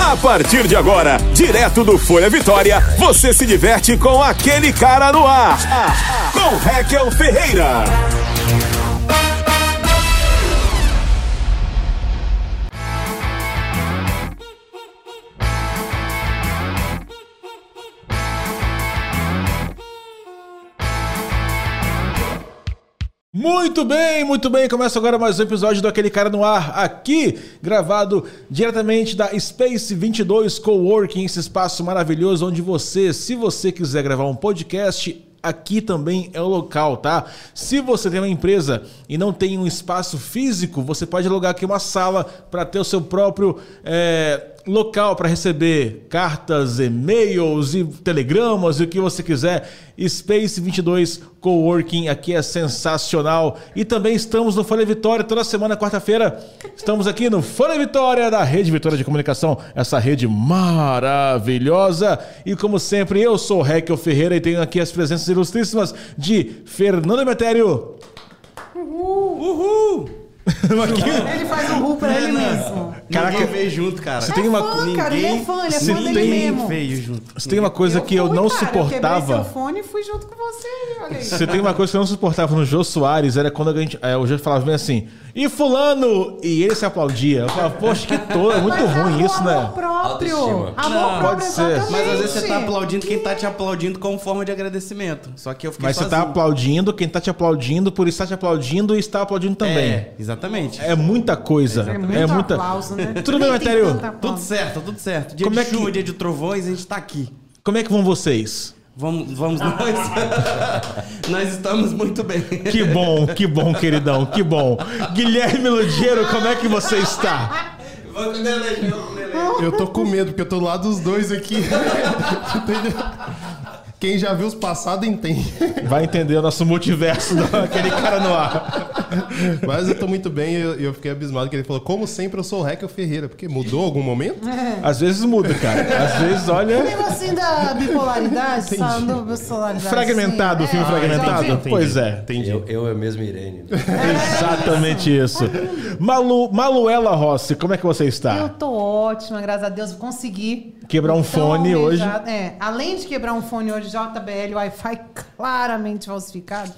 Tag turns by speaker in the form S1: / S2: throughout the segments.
S1: A partir de agora, direto do Folha Vitória, você se diverte com aquele cara no ar. Com Raquel Ferreira.
S2: Muito bem, muito bem. Começa agora mais um episódio do Aquele Cara no Ar, aqui, gravado diretamente da Space 22 Coworking, esse espaço maravilhoso onde você, se você quiser gravar um podcast, aqui também é o local, tá? Se você tem uma empresa e não tem um espaço físico, você pode alugar aqui uma sala para ter o seu próprio é, local para receber cartas, e-mails e telegramas e o que você quiser. Space 22 Coworking aqui é sensacional. E também estamos no Folha Vitória toda semana, quarta-feira. Estamos aqui no Folha Vitória da Rede Vitória de Comunicação, essa rede maravilhosa. E como sempre, eu sou o Raquel Ferreira e tenho aqui as presenças ilustríssimas de Fernando Metério. Uhul!
S3: Ele faz um ru pra ele mesmo.
S2: Caraca.
S4: Ninguém veio junto, cara.
S2: Você tem
S3: é
S2: uma-
S3: fã, cara, ele é fã, ele é
S2: se
S3: fã dele
S2: tem
S3: mesmo.
S4: veio junto.
S2: Se tem uma coisa que eu
S3: fui,
S2: não
S3: cara, Eu quebrei seu
S2: suportava. é
S3: fone e fui junto com você, olha aí.
S2: Se tem uma coisa que eu não suportava no Jô Soares, era quando a gente, é, o Jô falava bem assim, e fulano! E ele se aplaudia. Eu falava, poxa, que tolo, é muito
S3: Mas
S2: ruim
S3: amor,
S2: isso, né?
S3: Amor próprio.
S5: Autoestima.
S3: Amor
S4: Não,
S3: próprio,
S2: pode ser.
S3: exatamente. É.
S4: Mas às vezes você tá aplaudindo quem tá te aplaudindo como forma de agradecimento. Só que eu fiquei
S2: Mas você tá
S4: sozinho.
S2: aplaudindo, quem tá te aplaudindo, por estar te aplaudindo e está aplaudindo também. É,
S4: É, exatamente.
S2: muita coisa.
S3: É
S2: É,
S3: muito
S2: muita.
S3: aplauso, né?
S2: Tudo bem,
S3: Nem tem
S2: Matério?
S3: tanto aplauso.
S4: Tudo certo, tudo certo. Dia
S2: Como
S4: de
S2: é que-
S4: chuva, dia de trovões, a gente tá aqui.
S2: Como é que vão vocês?
S4: Vamos, vamos nós. nós estamos muito bem.
S2: Que bom, que bom, queridão, que bom. Guilherme Ludiero, como é que você está?
S4: Vou com o Nenê, vou com o Nenê.
S6: Eu tô com medo, porque eu tô do lado dos dois aqui. Quem já viu os passados entende.
S2: Vai entender o nosso multiverso daquele cara no ar.
S6: Mas eu tô muito bem e eu, eu fiquei abismado que ele falou: como sempre, eu sou o Raquel Ferreira. Porque mudou algum momento?
S2: Às vezes muda, cara. Às vezes, olha.
S3: O negócio assim da bipolaridade, sabe? Do bipolaridade.
S2: Fragmentado, o
S3: assim.
S2: filme
S3: É,
S2: fragmentado?
S3: entendi.
S2: Pois é.
S6: Entendi.
S5: Eu, eu é mesmo Irene.
S2: Exatamente isso. Malu, Maluela Rossi, como é que você
S3: Eu
S2: está?
S3: tô ótima, graças a Deus, consegui.
S2: Quebrar um fone hoje.
S3: É, além de quebrar um fone hoje, JBL Wi-Fi claramente falsificado.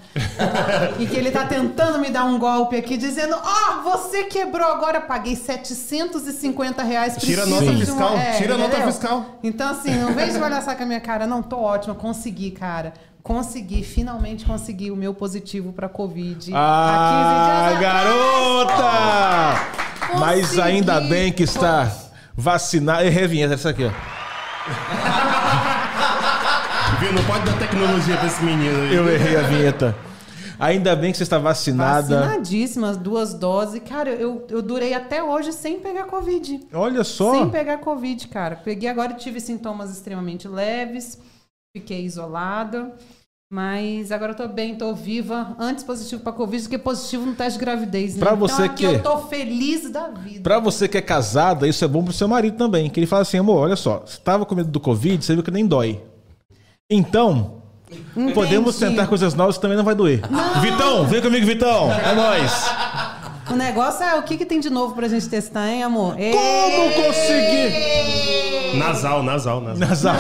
S3: e que ele tá tentando me dar um golpe aqui, dizendo: Ó, você quebrou agora, paguei 750 reais.
S6: Tira a
S3: preciso de
S6: nota
S3: um É,
S6: fiscal, tira a nota
S3: entendeu?
S6: fiscal.
S3: Então, assim, não vem esbalhaçar com a minha cara. Não, tô ótima, consegui, cara. Consegui, finalmente consegui o meu positivo pra Covid.
S2: Ah,
S3: Há 15 dias atrás.
S2: garota!
S3: Consegui,
S2: Mas ainda bem que está vacinada. E revinha, essa aqui, ó.
S6: Viu? Não pode dar tecnologia pra esse menino aí.
S2: Eu errei a vinheta. Ainda bem que você está vacinada.
S3: Vacinadíssima, as duas doses. Cara, eu, eu durei até hoje sem pegar Covid.
S2: Olha só.
S3: Sem pegar Covid, cara. Peguei agora e tive sintomas extremamente leves. Fiquei isolada. Mas agora eu tô bem, tô viva. Antes positivo pra Covid do que positivo no teste de gravidez. Né?
S2: Pra você
S3: então, aqui
S2: que-
S3: eu tô feliz da vida.
S2: Pra você que é casada, isso é bom pro seu marido também. Que ele fala assim, amor, olha só. Você tava com medo do Covid, você viu que nem dói. Então,
S3: Entendi.
S2: podemos tentar coisas novas que também não vai doer. Vitão, vem comigo, Vitão. É nóis.
S3: O negócio é o que, que tem de novo pra gente testar, hein, amor?
S2: Como conseguir?
S6: Nasal, nasal, nasal.
S2: Nasal.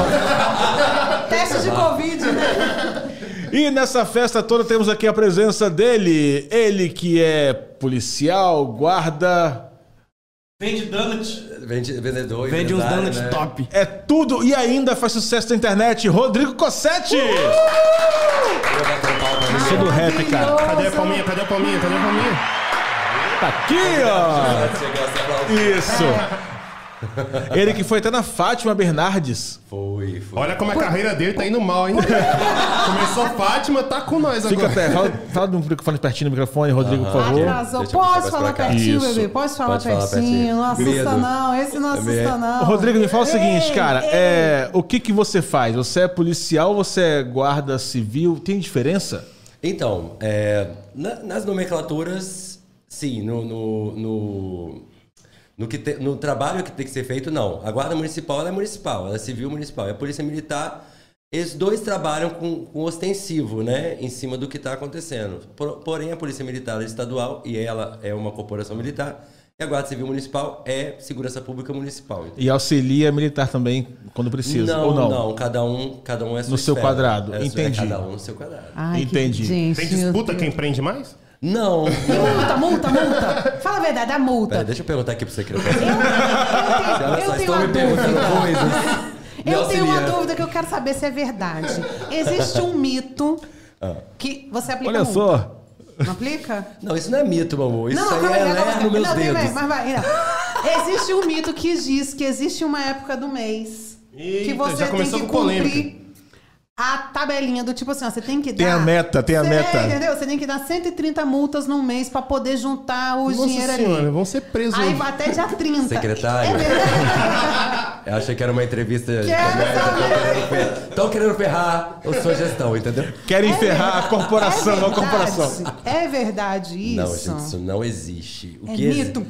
S3: Teste de Covid, né?
S2: E nessa festa toda temos aqui a presença dele. Ele que é policial, guarda.
S4: Vende donut.
S5: Vende, vendedor,
S4: Vende uns
S5: empresário,
S4: donuts
S5: né?
S4: top.
S2: É tudo e ainda faz sucesso na internet. Rodrigo Cossetti.
S5: Eu bato um palma pra
S2: Isso é do rap, cara.
S6: Cadê a palminha? Cadê a palminha? Cadê a palminha?
S2: Tá aqui, ó.
S5: ele. Chega a se aplaudir.
S2: Isso. Ele que foi até na Fátima Bernardes.
S5: Foi, foi.
S6: Olha como a carreira dele tá indo mal, hein? Começou Fátima, tá com nós
S2: Fica
S6: agora.
S2: perto. Fala, fala do microfone pertinho do microfone, Rodrigo, por favor.
S3: Arrasou.
S5: Deixa eu puxar
S3: Pode
S5: mais
S3: falar
S5: pra cá.
S3: pertinho,
S2: Isso.
S3: bebê. Pode falar
S5: Pode falar
S3: pertinho.
S5: pertinho. é.
S3: Não assusta,
S5: Medo.
S3: não. Esse não assusta,
S5: Medo.
S3: não.
S2: Ô, Rodrigo, me fala o seguinte,
S3: Ei,
S2: cara.
S3: ei.
S2: É, o que, que você faz? Você é policial, você é guarda civil? Tem diferença?
S5: Então, é, na- nas nomenclaturas, sim, no, no, no, no que te- no trabalho que tem que ser feito, não. A guarda municipal ela é municipal, ela é civil municipal. E a polícia militar, eles dois trabalham com, com ostensivo, né? Em cima do que está acontecendo. Por- porém, a polícia militar ela é estadual e ela é uma corporação militar. E a Guarda Civil Municipal é segurança pública municipal. entendeu?
S2: E auxilia militar também quando precisa,
S5: Não,
S2: ou
S5: não,
S2: não?
S5: cada um, cada um é sua
S2: No seu
S5: esfera.
S2: quadrado,
S5: É, sua- é
S2: entendi.
S5: cada um no seu quadrado.
S3: Ai, que-
S2: Entendi.
S3: gente,
S6: Tem
S3: meu
S6: disputa
S3: Deus.
S6: quem prende mais?
S5: Não.
S3: Multa, multa, multa. Fala a verdade, a multa.
S5: Pera, deixa eu perguntar aqui pra você que não
S3: Eu, eu tenho, eu
S5: Olha só,
S3: tenho
S5: estão
S3: uma
S5: me perguntando é
S3: dúvida.
S5: coisas. Me
S3: Eu tenho uma
S5: auxilia.
S3: dúvida que eu quero saber se é verdade. Existe um mito
S5: Ah.
S3: que você aplica
S2: Olha
S3: multa.
S2: só.
S3: Não aplica?
S5: Não, isso não é mito, meu amor. Isso
S3: não,
S5: aí é
S3: calma,
S5: ler nos meus
S3: não, tem
S5: dedos.
S3: mais, mas vai, não. Existe um mito que diz que existe uma época do mês que
S6: Eita,
S3: você
S6: já
S3: tem
S6: começou
S3: que
S6: com polêmica.
S3: cumprir a tabelinha do tipo assim, ó, você tem que dar...
S2: Tem a meta, tem a
S3: Você-
S2: meta.
S3: Entendeu? Você tem que dar 130 multas no mês pra poder juntar o dinheiro
S6: Nossa senhora,
S3: ali.
S6: vão ser presos.
S3: Aí vai até dia 30.
S5: Secretário.
S3: É verdade. é
S5: Eu achei que era uma entrevista. de
S3: Quero
S5: comércio, tão
S3: saber.
S5: querendo ferrar- Tão querendo ferrar a sua gestão, entendeu?
S2: Querem ferrar a
S3: É verdade.
S2: corporação, a corporação.
S3: É verdade
S5: Não,
S3: isso?
S5: gente, isso não existe. O
S3: é
S5: que exi-
S3: mito.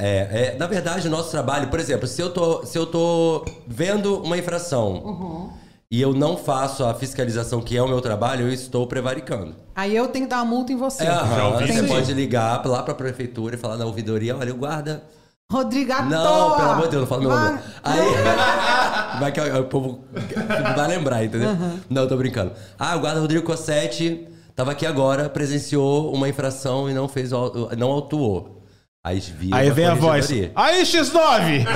S5: É, é, na verdade, o nosso trabalho, por exemplo, se eu tô, se eu tô vendo uma infração
S3: Uhum.
S5: e eu não faço a fiscalização que é o meu trabalho, eu estou prevaricando.
S3: Aí eu tenho que dar uma multa em você.
S5: É, aham,
S6: ouvi
S5: você
S3: isso.
S5: pode ligar lá pra prefeitura e falar na ouvidoria, olha, o guarda.
S3: Rodrigo, à
S5: Não,
S3: toa.
S5: pelo amor de Deus, não fala meu
S3: Vai-
S5: amor. Aí. vai que o povo vai lembrar, entendeu? Não, tô brincando. Ah, o guarda Rodrigo Cossetti tava aqui agora, presenciou uma infração e não fez, o- não autuou. Aí vira
S2: Aí
S5: pra
S2: vem a voz.
S5: corregedoria.
S2: Aí, X9!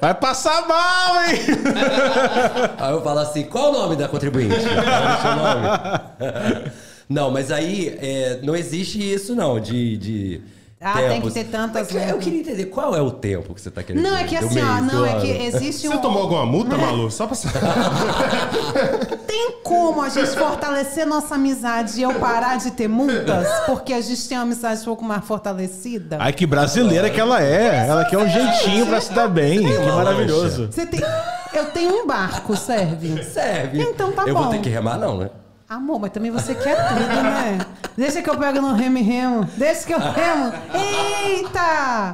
S2: Vai passar mal, hein?
S5: Aí eu falo assim, qual o nome da contribuinte? Qual o seu nome? Não, mas aí é, não existe isso não, de... de
S3: Ah, tem que
S5: tempos.
S3: ter tantas né?
S5: Mas Eu queria entender qual é o tempo que você tá querendo
S3: Não, é
S5: dizer,
S3: que
S5: do
S3: assim, ó,
S5: mês,
S3: não,
S5: do
S3: é que
S5: ano.
S3: existe um.
S6: Você tomou alguma multa, Malu? Só pra saber.
S3: Tem como a gente fortalecer nossa amizade e eu parar de ter multas? Porque a gente tem uma amizade um pouco mais fortalecida?
S2: Ai, que brasileira que ela é. Ela quer um jeitinho pra se dar bem.
S3: tá
S2: Que maravilhoso.
S3: Você tem. Eu tenho um barco, serve.
S5: Serve.
S3: Então tá
S5: eu
S3: bom.
S5: vou ter que remar não, né?
S3: Amor, mas também você quer tudo, né? Deixa que eu pego no remo e remo. Deixa que eu remo. Eita!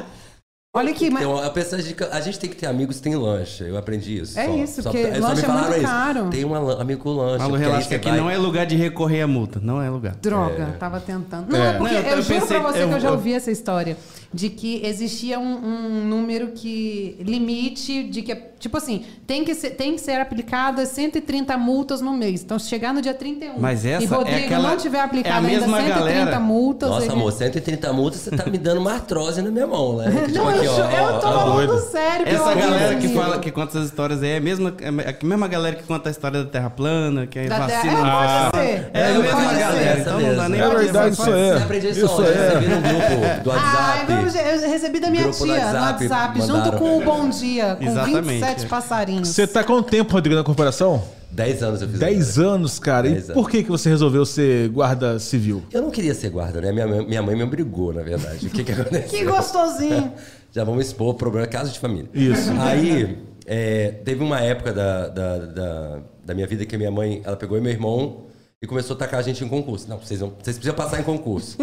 S3: Olha aqui, mas.
S5: Então, a, pessoa de, ca- a gente tem que ter amigos que têm lanche. Eu aprendi isso.
S3: É
S5: só.
S3: isso,
S5: Só-
S3: porque
S5: eles só
S3: lanche
S5: me
S3: é
S5: falaram
S3: muito
S5: isso.
S3: caro.
S5: Tem um ala- amigo com lanche.
S4: Malu,
S5: porque aí
S4: relaxa, que
S5: você
S4: aqui
S5: vai-
S4: não é lugar de recorrer à multa. Não é lugar.
S3: Droga, tava tentando. Não,
S2: É.
S3: é, porque
S4: Não,
S3: eu,
S4: eu- eu
S3: juro
S4: pensei-
S3: pra você
S4: eu-
S3: que eu já
S4: eu-
S3: ouvi essa história. De que existia um, um número que. limite de que. Tipo assim, tem que ser, tem que ser aplicadas 130 multas no mês. Então, se chegar no dia 31
S4: Mas essa
S3: e
S4: é
S3: Rodrigo
S4: aquela-
S3: não tiver
S4: é a
S3: aplicado
S4: mesma
S3: ainda 130
S4: galera.
S3: multas.
S5: Nossa,
S3: ele-
S5: amor, 130 multas, você tá me dando uma artrose na minha mão, né? Que,
S3: Não, eu, ju-
S4: tipo
S3: eu tô falando
S2: doido.
S3: sério. que eu
S4: tá Essa
S3: ouvi
S4: galera
S3: esse
S4: que
S3: livro.
S4: fala, que conta essas histórias aí, é a mesma, é a mesma galera que conta a história da Terra plana, que é
S3: Da terra-
S4: vacina.
S3: É, pode ser.
S4: É a
S5: eu
S4: mesma
S5: aprendi isso,
S4: galera,
S5: essa
S4: então não dá
S5: mesmo.
S4: nem
S5: É
S4: pra dizer,
S2: verdade,
S4: só
S2: isso
S3: assim.
S2: é.
S5: Você aprendeu isso,
S2: Isso
S5: onde?
S2: é.
S5: Você viu no grupo do
S3: Ah,
S5: WhatsApp.
S3: eu eu recebi da minha
S5: Grupo
S3: tia
S5: do
S3: no
S5: WhatsApp,
S3: WhatsApp, junto
S5: mandaram.
S3: com o Bom Dia, com
S4: Exatamente,
S3: 27
S4: é.
S3: passarinhos.
S2: Você tá com tempo, Rodrigo, na corporação?
S5: 10 anos eu fiz.
S2: 10 anos, cara. E
S5: Dez
S2: por que, que você resolveu ser guarda civil?
S5: Eu não queria ser guarda, né? Minha, mãe- minha mãe me obrigou, na verdade. O que que aconteceu?
S3: Que gostosinho.
S5: Já vamos expor o problema, é caso de família.
S2: Isso.
S5: Aí, é, teve uma época da, da, da, da minha vida que minha mãe, ela pegou meu irmão e começou a tacar a gente em concurso. Não, vocês, vão, vocês precisam passar em concurso.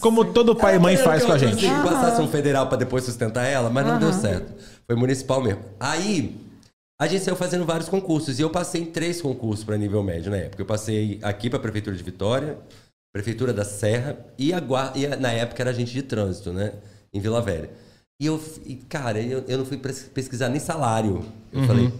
S2: Como todo pai e mãe
S5: Ela
S2: faz
S5: queria
S2: com a
S5: que eu
S2: gente.
S5: consiga passasse um federal pra depois sustentar ela, mas não deu certo. Foi municipal mesmo. Aí, a gente saiu fazendo vários concursos. E eu passei em três concursos pra nível médio na época. Eu passei aqui pra Prefeitura de Vitória, Prefeitura da Serra e, a guar- e a- na época era agente de trânsito, né? Em Vila Velha. E eu, f- e, cara, eu, eu não fui pres- pesquisar nem salário.
S2: Uhum.
S5: Eu falei,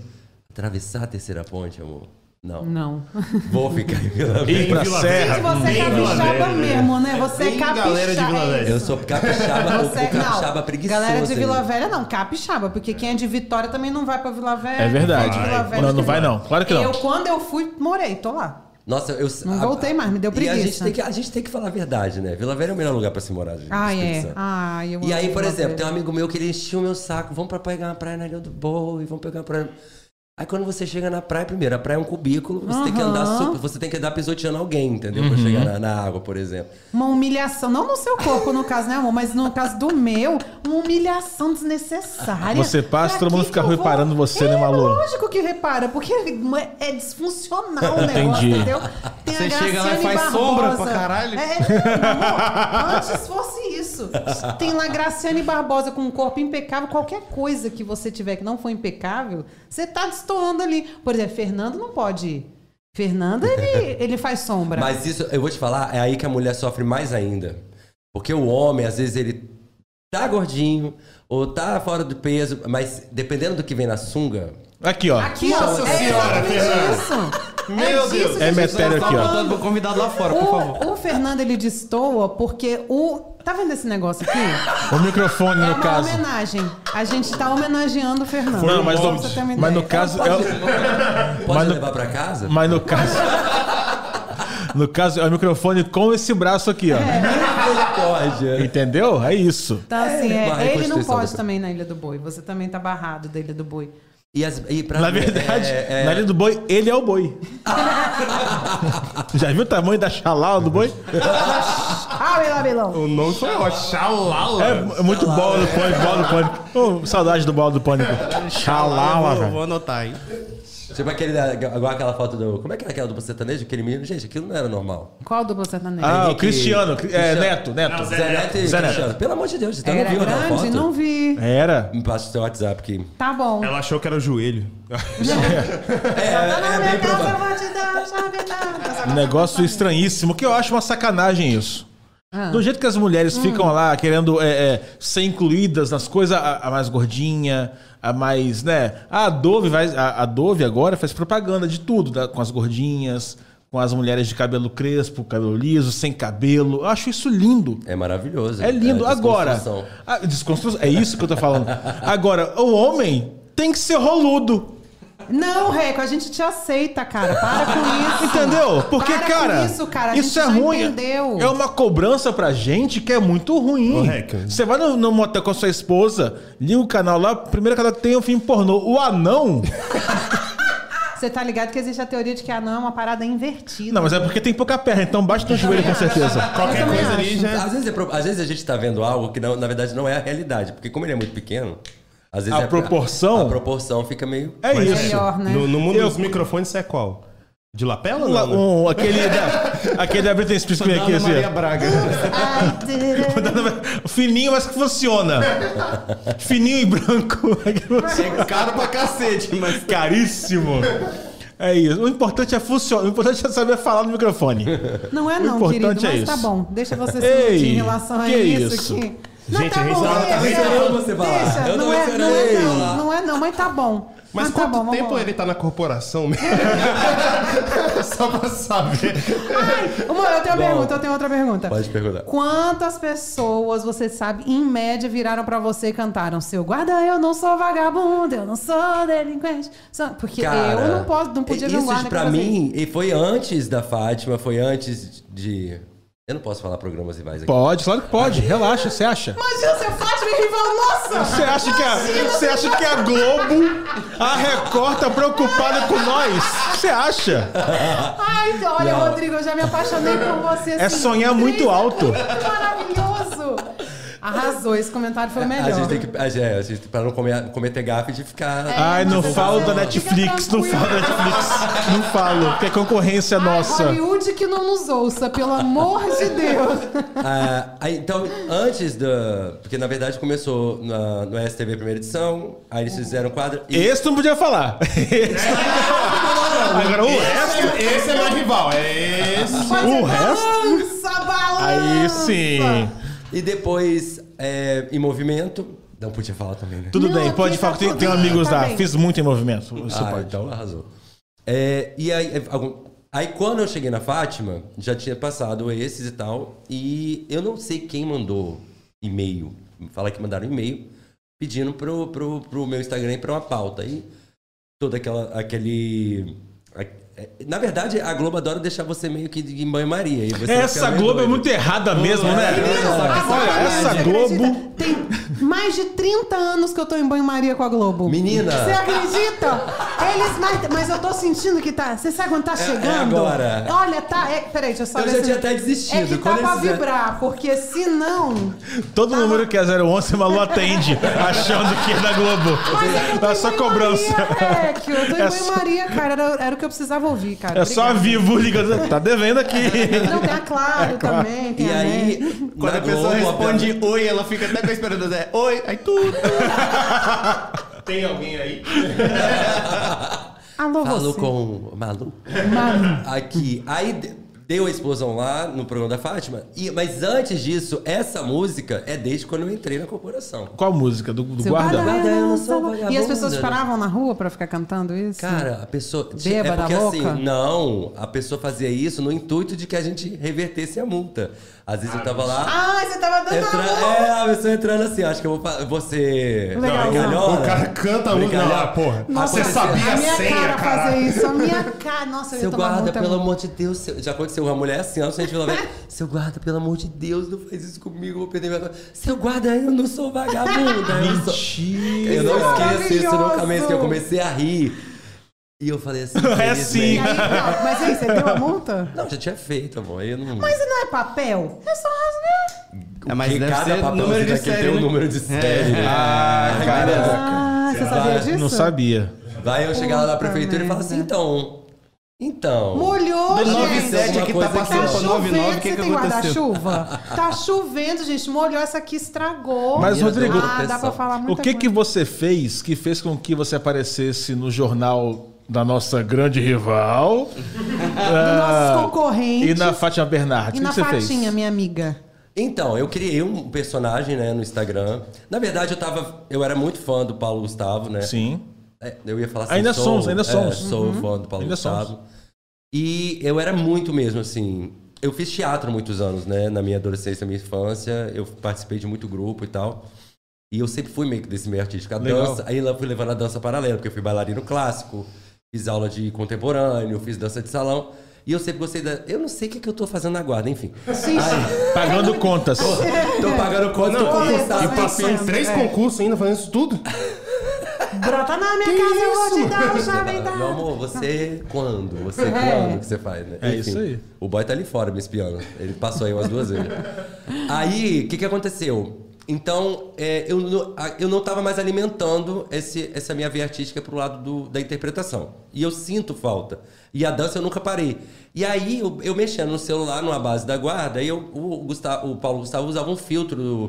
S5: atravessar a terceira ponte, amor? Não.
S3: Não.
S5: Vou ficar em Vila Velha.
S2: Ir pra
S6: Vila
S2: Serra.
S3: Gente, você é
S6: Bem
S3: capixaba
S6: Vila Velha.
S3: mesmo, né? Você é
S6: Bem
S3: capixaba.
S6: galera de Vila
S3: é
S6: Velha.
S3: isso.
S5: Eu sou capixaba, o,
S3: Você,
S5: o capixaba
S3: não,
S5: preguiçoso.
S3: galera de Vila
S5: ainda.
S3: Velha não, capixaba, porque quem é de Vitória também não vai pra Vila Velha.
S2: É verdade.
S3: quem é de Vila
S6: Vai.
S3: Velha
S2: Não, não
S3: também.
S2: vai não. Claro que não.
S3: Eu, quando eu fui, morei, tô lá.
S5: Nossa, eu.
S3: Não
S5: a-
S3: voltei mais, me deu
S5: E a
S3: preguiça.
S5: gente, tem que, a gente tem que falar a verdade, né? Vila Velha é o melhor lugar pra se morar, gente. no
S3: Ai,
S5: Espírito
S3: é.
S5: Santo.
S3: Ai, eu
S5: E aí,
S3: amo
S5: por
S3: Vila
S5: exemplo, tem
S3: Velha.
S5: um amigo meu que ele enchia o meu saco. Vamos pra pegar uma praia na Ilha do Boi, vamos pegar uma praia. Aí quando você chega na praia, primeiro, a praia é um cubículo, você tem que andar
S3: Aham.
S5: so- você tem que andar pisoteando alguém, entendeu?
S2: Uhum.
S5: Pra chegar na, na água, por exemplo.
S3: Uma humilhação, não no seu corpo, no caso, né, amor? Mas no caso do meu, uma humilhação desnecessária.
S2: Você passa,
S3: Pra
S2: todo mundo
S3: que
S2: fica
S3: que eu vou-
S2: reparando você, né,
S3: É,
S2: Malu?
S3: Lógico que repara, porque é disfuncional o negócio,
S2: Entendi.
S3: entendeu? Tem
S4: Você
S3: a
S4: chega lá e
S3: Graciane
S4: faz
S3: Barbosa.
S4: sombra pra caralho.
S3: É, amor, antes fosse isso. Tem lá Graciane Barbosa com um corpo impecável, qualquer coisa que você tiver que não for impecável, você tá destoando ali. Por exemplo, Fernando não pode ir. Fernando, ele, ele faz sombra.
S5: Mas isso, eu vou te falar, é aí que a mulher sofre mais ainda. Porque o homem, às vezes, ele tá gordinho ou tá fora do peso, mas dependendo do que vem na sunga,
S2: Aqui, ó.
S3: Aqui,
S6: Nossa
S3: ó.
S6: senhora,
S3: é
S6: Fernanda.
S3: exatamente isso.
S6: Meu
S3: é disso
S6: Deus.
S3: que
S2: É
S3: a gente
S2: metério
S3: tá
S2: aqui, ó.
S3: falando.
S4: Botando pro convidado lá fora,
S6: Uh.
S4: por favor.
S3: O, o Fernando, ele destoa porque o... Tá vendo esse negócio aqui?
S2: O microfone,
S3: É
S2: no
S3: uma
S2: caso.
S3: homenagem. A gente tá homenageando o Fernando. Então,
S2: Não, mas,
S3: Só
S2: no,
S3: pra você ter uma
S2: mas no
S3: ideia.
S2: caso. É, o-
S5: pode
S2: Mas no-
S5: levar pra casa?
S2: mas no caso. No caso, é o microfone com esse braço aqui, ó.
S5: Misericórdia.
S2: Entendeu? É isso.
S3: Então, assim, é,
S5: barra a
S3: ele não
S5: Constituição
S3: pode
S5: do-
S3: também na Ilha do Boi. Você também tá barrado da Ilha do Boi.
S5: E as- e pra-
S2: Na verdade,
S5: é- é-
S2: na linha do boi, ele é o boi. Já viu o tamanho da xalau do boi?
S3: Ah, Belabelão!
S6: O nome foi Oxalala.
S2: É, é muito bola do pânico, bola do pânico. Ô, saudade do bola do pânico. Xalau,
S4: vou,
S2: velho.
S4: vou anotar aí.
S5: Tipo aquele, da- igual aquela foto do. Como é que era aquela do sertanejo? Aquele menino, gente, aquilo não era normal.
S3: Qual dupla sertaneja?
S2: Ah, o
S5: Henrique-
S2: Cristiano, Cri- é,
S5: Cristiano.
S2: Neto, Neto.
S5: Zé Neto e
S2: Zé Neto.
S5: Cristiano. Pelo amor de Deus, você não
S3: Era
S5: viu aquela
S3: grande?
S5: foto?
S3: Não vi.
S2: Era?
S5: Me passa o seu WhatsApp aqui.
S3: Tá bom.
S7: Ela achou que era o joelho.
S3: Tá na
S5: é
S3: minha
S5: bem
S3: casa, eu
S5: provável.
S3: vou te dar a chave da-
S2: Um negócio estranhíssimo, que eu acho uma sacanagem isso.
S5: Ah.
S2: Do jeito que as mulheres
S5: Hum.
S2: ficam lá querendo é, é, ser incluídas nas coisas, a, a mais gordinha, a mais, né? A Dove, vai, a, a Dove agora faz propaganda de tudo, da- com as gordinhas, com as mulheres de cabelo crespo, cabelo liso, sem cabelo. Eu acho isso lindo.
S5: É maravilhoso.
S2: É lindo.
S5: a
S2: Agora,
S5: desconstrução.
S2: a desconstrução, é isso que eu tô falando. Agora, o homem tem que ser roludo.
S3: Não, Reco, a gente te aceita, cara. Para com isso.
S2: Entendeu? Porque,
S3: Ah, Para com
S2: cara,
S3: isso, cara. A
S2: isso
S3: gente
S2: é
S3: já
S2: ruim.
S3: entendeu.
S2: É uma cobrança pra gente que é muito ruim.
S6: Correto.
S2: Você vai no, no motel com a sua esposa, liga o canal lá, o primeiro canal que tem é um filme pornô. O anão.
S3: Você tá ligado que existe a teoria de que anão é uma parada invertida.
S2: Não, mas é porque tem pouca perna, então bate no joelho com certeza.
S6: Qualquer
S3: também
S6: coisa ali
S3: acho.
S6: já.
S5: Às vezes, é pro- às vezes a gente tá vendo algo que não- na verdade não é a realidade, porque como ele é muito pequeno, às vezes
S2: A
S5: é-
S2: proporção?
S5: a proporção fica meio
S2: É
S6: Mas
S2: isso.
S3: Melhor, né?
S6: No, no mundo
S2: Eu-
S6: dos microfones, você é qual? De lapela ou
S2: Um,
S6: não? né?
S2: um- aquele da, aquele da Britney Spears que vem aqui,
S4: Ana
S2: assim.
S4: Maria
S2: ó.
S4: Braga.
S6: Uh.
S3: Ai, tira.
S2: Fininho, mas que funciona. Fininho e branco.
S4: É caro pra cacete, mas...
S2: Caríssimo. É isso. O importante é funcionar. O importante é saber falar no microfone.
S3: Não é não,
S2: O
S3: querido,
S2: importante
S3: mas
S2: é
S3: tá
S2: isso.
S3: bom. Deixa você se
S2: Ei,
S3: iludir em relação a
S2: que
S3: isso.
S2: isso?
S3: Que... Não,
S6: Gente,
S3: tá
S6: a gente
S3: bom,
S6: tava-
S3: deixa,
S6: tava
S5: esperando você falar.
S3: Deixa,
S5: Eu
S3: não,
S5: tava
S3: é, não é
S5: esperando.
S3: não, não é não, mas tá bom.
S6: Mas
S3: tá
S6: quanto
S3: bom, vamos
S6: tempo
S3: lá.
S6: ele tá na corporação mesmo? Só pra saber. Ah,
S3: Uma, eu tenho uma pergunta, eu tenho outra pergunta.
S5: Pode perguntar.
S3: Quantas pessoas você sabe, em média, viraram pra você e cantaram seu guarda, eu não sou vagabundo, eu não sou delinquente. sou-" Porque eu não posso, não podia ver um
S5: isso
S3: guarda
S5: pra
S3: com você.
S5: mim, e foi antes da Fátima, foi antes de. Eu não posso falar programas rivais aqui.
S2: Pode, claro que pode. Relaxa, você acha.
S3: Imagina, você faz me rival, nossa!
S2: Você acha que a, você acha que a Globo, a Record tá preocupada com nós? Você acha?
S3: Ai, então, olha,
S5: Não.
S3: Rodrigo, eu já me apaixonei por você.
S2: É
S3: assim,
S2: sonhar
S3: três-
S2: muito alto.
S3: Maravilhoso! Arrasou, esse comentário foi o melhor.
S5: A gente tem que. A gente, é, a gente- pra não comer- cometer gafe de ficar.
S3: É,
S2: Ai, não
S3: Você
S2: falo da
S3: fica
S2: Netflix, não
S3: tranquilo.
S2: falo da Netflix. Não falo, porque é concorrência
S3: Ai,
S2: nossa.
S3: Hollywood que não nos ouça, pelo amor de Deus.
S5: Ah, aí, então, antes da. Porque na verdade começou na, no STV primeira edição, aí eles fizeram um quadro. E,
S2: Esse não podia falar. Esse não podia falar. Agora o resto.
S6: Esse, esse é meu rival, é esse.
S2: O resto?
S3: Balança, balança.
S2: Aí sim.
S5: e depois, é, em movimento. Não podia falar também, né?
S2: Tudo
S3: Não,
S2: bem,
S3: aqui
S2: pode
S3: tá
S2: falar. Tem,
S3: tudo
S2: tem
S3: bem,
S2: amigos
S3: tá
S2: lá.
S3: bem.
S2: Fiz muito em movimento. Você
S5: ah,
S2: pode.
S5: então arrasou. É, e aí, é, algum- aí quando eu cheguei na Fátima, já tinha passado esses e tal, e eu não sei quem mandou e-mail. Fala que mandaram e-mail pedindo pro, pro, pro meu Instagram para uma pauta. E todo aquela, aquele. a- é, Na verdade, a Globo adora deixar você meio que em banho-maria. e você fica
S2: Essa
S5: meio
S2: Globo é
S5: doido.
S2: muito errada mesmo, né?
S3: Menino,
S5: Olha,
S3: olha,
S2: essa Globo-
S3: Tem mais de 30 anos que eu tô em banho-maria com a Globo.
S5: Menina.
S3: Você acredita? Eles, mas, mas eu tô sentindo que tá. Você sabe quando tá chegando?
S5: É, agora.
S3: Olha, tá. É, peraí, deixa eu só
S5: Eu
S3: ver
S5: já
S3: se-
S5: tinha até desistido.
S3: É que tá
S5: Quando
S3: pra
S5: eles fizeram-
S3: vibrar, porque se não.
S2: Todo número que é 011, Malu atende, achando que é da Globo.
S3: Mas é que eu tô
S2: É
S3: em
S2: só
S3: banho-maria,
S2: cobrança.
S3: É, que eu tô em
S2: É só-
S3: banho-maria, cara. Era, era o que eu precisava ouvir, cara.
S2: É só a
S3: Obrigada.
S2: Vivo ligando. Tá devendo aqui.
S3: Não, tem a
S2: É
S3: Claro também. Tem
S5: E
S3: a
S5: aí,
S3: Net.
S4: Quando
S5: na
S4: a pessoa
S5: Globo,
S4: responde oi, ela fica até com a esperança. É, oi, aí tudo.
S6: Tem alguém aí?
S3: Alô,
S5: Falo
S3: você.
S5: com o Malu.
S3: Mano.
S5: Aqui. Aí de- Deu a explosão lá no programa da Fátima. E, mas antes disso, essa música é desde quando eu entrei na corporação.
S2: Qual música? Do, do
S3: Seu
S2: guarda?
S3: guarda,
S5: Guarda, eu não
S3: eu
S5: sou
S3: sou- E as
S5: vagabunda,
S3: pessoas
S5: né?
S3: paravam na rua pra ficar cantando isso?
S5: Cara, a pessoa.
S3: Bêbada,
S5: é porque
S3: louca?
S5: assim, não, a pessoa fazia isso no intuito de que a gente revertesse a multa. Às vezes eu tava lá.
S3: Ah, você tava dando
S5: entra-
S3: amor.
S5: é, a pessoa entrando assim, acho que eu vou. fa- Você.
S3: Legal.
S5: brincalhona?
S6: O cara canta a música. Não,
S5: Brincalhona?
S6: ah, porra.
S5: Nossa,
S6: você sabia
S3: a
S6: a
S3: minha
S6: senha,
S3: cara
S6: cara.
S3: fazer isso, a minha cara. Nossa, eu ia
S5: Seu
S3: tomar é
S5: guarda,
S3: muita
S5: pelo amor de Deus. seu- Já aconteceu uma mulher assim, antes a gente falou, velho, seu guarda, pelo amor de Deus, não faz isso comigo, eu vou perder minha. Seu guarda, eu não sou vagabunda. eu não sou-
S2: Mentira.
S5: Eu não esqueço isso nunca mais,
S3: Maravilhoso.
S5: que eu comecei a rir. E eu falei assim.
S2: É
S5: infelizmente-
S3: E aí, não, mas aí, você deu a multa?
S5: Não, já tinha feito, amor. Eu não...
S3: Mas não é papel? É só rasgar.
S4: É, mas
S5: Porque
S4: deve
S5: cada
S4: ser
S5: papelzinho
S4: número de
S5: daquele
S4: série,
S5: tem um
S4: né?
S5: número de série. né?
S2: Ah, cara.
S3: Ah, você sabia disso?
S2: Não sabia.
S5: Vai eu chegar lá na
S3: Puta
S5: prefeitura e falar assim,
S3: merda.
S5: então. Então.
S3: Molhou,
S4: Do
S3: gente.
S4: 97
S5: Alguma
S4: aqui
S5: coisa
S4: tá
S5: que
S3: Tá
S4: passando pra
S3: chovendo,
S4: 99, o que
S3: você
S4: que
S3: tem
S4: aconteceu?
S3: guarda-chuva? Tá chovendo, gente. Molhou, essa aqui estragou.
S2: Mas, Rodrigo,
S3: ah, dá pra falar
S2: o
S3: muita
S2: que que
S3: coisa.
S2: você fez que fez com que você aparecesse no jornal da nossa grande rival Ah,
S3: Dos nossos
S2: e
S3: concorrentes
S2: na Fátima Bernardes? o que
S3: e na
S2: que você
S3: fatinha,
S2: fez?
S3: minha amiga.
S5: Então, eu criei um personagem, né, no Instagram. Na verdade, eu tava. Eu era muito fã do Paulo Gustavo, né?
S2: Sim.
S5: É, eu ia falar assim.
S2: Ainda
S5: sou,
S2: somos, ainda
S5: é,
S2: somos. Uhum.
S5: sou fã do Paulo
S2: Ainda
S5: Gustavo.
S2: somos.
S5: E eu era muito mesmo, assim. Eu fiz teatro há muitos anos, né? Na minha adolescência, na minha infância. Eu participei de muito grupo e tal. E eu sempre fui meio que desse meio artístico. A
S2: Legal.
S5: dança. Aí lá eu fui levando a dança paralela, porque eu fui bailarino clássico, fiz aula de contemporâneo, fiz dança de salão. E eu sempre gostei da. Eu não sei o que, que eu tô fazendo na guarda, enfim.
S3: Sim,
S2: Pagando contas.
S5: Tô pagando conta
S6: Não,
S5: tô
S3: Olha,
S5: concursado.
S6: e um passei em
S3: pensando,
S6: três
S3: é.
S6: concursos ainda fazendo isso tudo.
S3: brota na minha casa, eu vou te dar o jovem
S5: Meu amor, você quando? Você quando que você faz, né?
S2: É isso aí.
S5: O boy tá ali fora me espiando. Ele passou aí umas duas vezes. Aí, o que, que aconteceu? Então, é, eu, não- a- eu não tava mais alimentando esse- essa minha veia artística pro lado do- da interpretação. E eu sinto falta. E a dança eu nunca parei. E aí, eu, eu mexendo no celular, numa base da guarda, aí eu, o, Gustavo- o Paulo Gustavo usava um filtro do,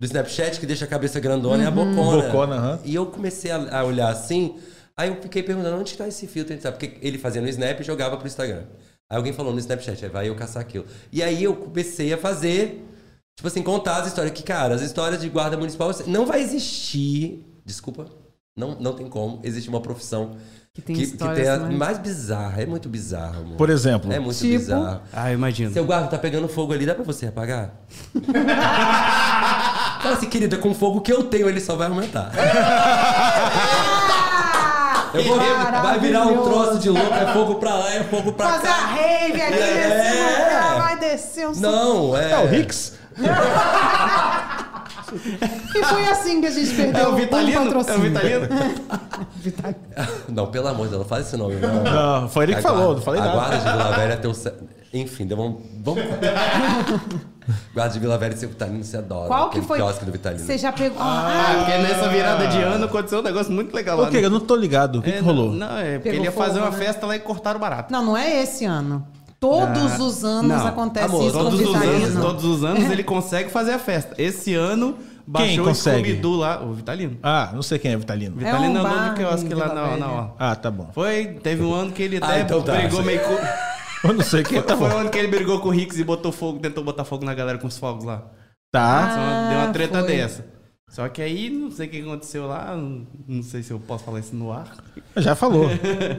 S5: do Snapchat que deixa a cabeça grandona e a bocona.
S2: Bocona, né? aham.
S5: E eu comecei a, a olhar assim, aí eu fiquei perguntando onde está esse filtro, sabe? Porque ele fazia no Snap e jogava pro Instagram. Aí alguém falou no Snapchat, aí vai eu caçar aquilo. E aí eu comecei a fazer, tipo assim, contar as histórias. Que, cara, as histórias de guarda municipal assim, não vai existir. Desculpa, não, não tem como. Existe uma profissão
S3: Que tem
S5: que,
S3: histórias
S5: tem a
S3: mais-
S5: mais bizarra. É muito bizarro, amor.
S2: Por exemplo,
S5: É muito
S3: Tipo?
S5: bizarro.
S4: Ah, eu imagino.
S5: Seu guarda tá pegando fogo ali, dá pra você apagar? Fala assim, querida, com o fogo que eu tenho, ele só vai aumentar. Eu vou- vai virar um troço de louco, é fogo pra lá, é fogo pra
S3: Fazer a
S5: cá.
S3: rave aqui
S5: É.
S3: nesse lugar, vai descer um
S5: Não, é.
S2: é o Hicks.
S3: E foi assim que a gente perdeu
S4: É o
S3: um
S4: Vitalino? É o
S3: patrocínio.
S4: Vitalino?
S5: Não, pelo amor de Deus, não faz esse nome. Não,
S2: Não, Ah, foi ele que falou, não falei
S5: a
S2: nada.
S5: guarda de Vila Velha tem um... ce- Enfim, então vamos... vamos... guarda de Vila Velha e seu Vitalino, você adora.
S3: Qual que
S5: aquele
S3: foi?
S5: quiosque do Vitalino. é
S3: Você já pegou.
S4: Ah,
S3: Ah,
S4: porque nessa virada de ano aconteceu um negócio muito legal lá.
S2: O que?
S4: né?
S2: Eu não tô ligado. O que,
S4: É,
S2: que rolou?
S4: Não, é porque
S3: Pegou
S4: ele ia
S3: fogo,
S4: fazer uma
S3: né?
S4: festa lá e cortaram o barato.
S3: Não, não é esse ano. Todos
S4: Ah,
S3: os anos
S4: não.
S3: acontece
S5: Amor,
S3: isso com o
S4: Todos os anos,
S3: Vitalino.
S4: todos os anos ele consegue fazer a festa. Esse ano
S2: Quem
S4: baixou o
S2: consegue?
S4: Scooby-Doo lá, o Vitalino.
S2: Ah, não sei quem é Vitalino.
S3: É
S4: Vitalino
S3: um
S4: é o
S3: bar
S4: nome que eu acho
S3: em
S4: que lá
S3: Vila
S4: na, na
S3: Velha.
S4: hora.
S2: Ah, tá bom.
S4: Foi, teve um ano que ele até
S5: Ah, então tá.
S4: brigou meio com...
S2: Eu não sei quem tá
S4: Foi um
S2: falando.
S4: ano que ele brigou com o Hicks e botou fogo, tentou botar fogo na galera com os fogos lá. Ah,
S2: Tá.
S4: Só
S5: Ah,
S4: deu uma treta
S3: Ah, foi.
S4: dessa. Só que aí, não sei o que aconteceu lá, não não sei se eu posso falar isso no ar.
S2: Já falou.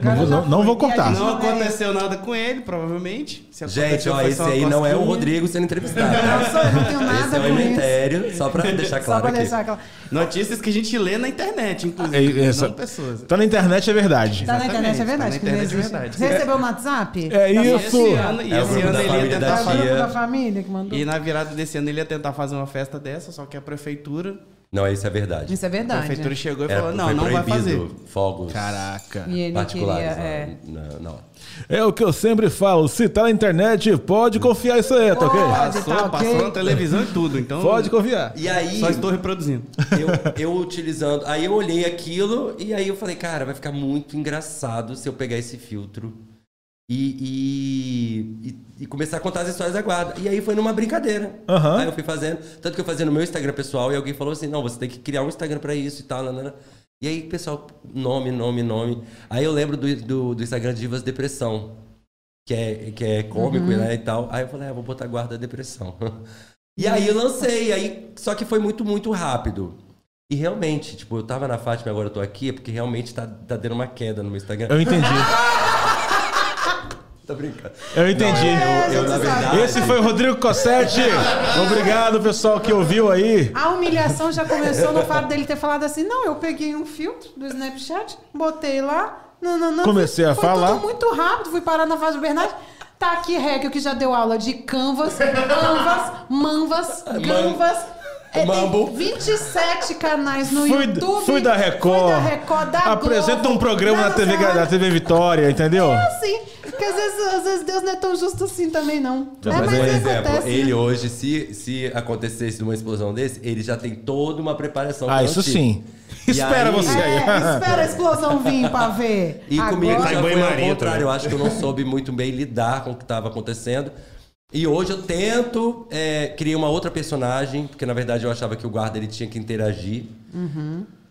S2: Não vou, não- não vou cortar.
S3: Não
S4: Não
S3: é.
S4: aconteceu nada com ele, provavelmente. Se
S5: Tá. Gente,
S4: aconteceu,
S5: ó,
S4: foi
S5: esse
S4: só uma
S5: aí não é o
S4: cosquinha.
S5: Rodrigo sendo entrevistado.
S3: Não,
S5: Tá?
S3: só eu não tenho
S5: Esse
S3: nada
S5: é o
S3: com isso.
S5: Emetério, só pra deixar
S3: Só
S5: claro é.
S3: pra
S5: aqui.
S3: deixar aquela. Tá
S4: Notícias que a gente lê na internet,
S2: É,
S4: inclusive.
S2: é,
S4: Não pessoas.
S2: essa- Tá na internet, é verdade.
S3: Tá na internet, é
S4: Exatamente, tá
S3: verdade.
S4: na
S3: que não
S4: internet, é
S3: existe.
S4: verdade.
S3: Você recebeu no WhatsApp?
S2: É
S4: E
S2: isso.
S4: esse ano, e
S5: É o
S4: esse
S5: grupo
S4: ano
S5: da
S4: ele ia
S5: família da
S3: Tá
S4: tentar
S5: tia.
S4: fazer-
S3: falando da família que mandou.
S4: E na virada desse ano ele ia tentar fazer uma festa dessa, só que a prefeitura,
S5: Não, isso é verdade.
S3: Isso é
S4: a
S3: verdade.
S4: prefeitura chegou e
S5: Era-
S4: falou: não,
S5: foi
S4: não vai fazer.
S5: proibido Fogos
S2: Caraca.
S3: E ele
S5: particulares.
S3: queria. É.
S5: na- na- na hora.
S2: É o que eu sempre falo. Se tá na internet, pode confiar isso aí, tá ok?
S3: Pode.
S4: Passou,
S3: Tá, ok.
S4: passou na televisão e tudo, então.
S2: Pode confiar.
S5: E aí,
S4: Só estou reproduzindo.
S5: eu, eu utilizando. Aí eu olhei aquilo e aí eu falei, cara, vai ficar muito engraçado se eu pegar esse filtro e, e, e- e começar a contar as histórias da guarda. E aí foi numa brincadeira.
S2: Aham.
S5: Aí eu fui fazendo. Tanto que eu fazia no meu Instagram pessoal e alguém falou assim: não, você tem que criar um Instagram pra isso e tal. nanana. E aí, pessoal, nome, nome, nome. Aí eu lembro do, do, do Instagram Divas Depressão. que é, que é cômico né, e tal. Aí eu falei, ah, vou botar guarda da depressão. E aí eu lancei, aí, só que foi muito, muito rápido. E realmente, tipo, eu tava na Fátima e agora eu tô aqui, é porque realmente tá, tá dando uma queda no meu Instagram.
S2: Eu entendi.
S5: Tô brincando.
S2: Eu entendi.
S5: Eu, eu, na verdade.
S2: Esse foi o Rodrigo Cossetti. Obrigado, pessoal, que ouviu aí.
S3: A humilhação já começou no fato dele ter falado assim: não, eu peguei um filtro do Snapchat, botei lá, não, não, não.
S2: Comecei a
S3: foi
S2: falar.
S3: Tudo muito rápido, fui parar na fase do Bernard. Tá aqui, Hegel, que já deu aula de canvas, anvas, manvas, canvas. É,
S5: Mambo.
S3: tem 27 canais no
S2: Fui,
S3: YouTube.
S2: fui da Record.
S3: Fui da Record, da
S2: Apresenta
S3: Globo, é
S2: um programa
S3: da
S2: na TV,
S3: Nacional.
S2: na TV Vitória, entendeu?
S3: É assim. Porque às vezes, às vezes Deus não é tão justo assim também, não.
S5: Então,
S3: é,
S5: mas, por exemplo,
S3: acontece, né?
S5: ele hoje, se, se acontecesse uma explosão desse, ele já tem toda uma preparação.
S2: Ah, isso
S5: pronta.
S2: sim.
S5: E
S2: Espera
S5: aí-
S2: você aí.
S3: É, espera a explosão vir pra ver.
S5: E comigo
S3: Agora-
S6: Tá em
S5: já foi ao
S6: banho-maria
S5: contrário.
S6: também.
S5: Eu acho que eu não soube muito bem lidar com o que estava acontecendo. E hoje eu tento é, criar uma outra personagem, porque na verdade eu achava que o guarda ele tinha que interagir.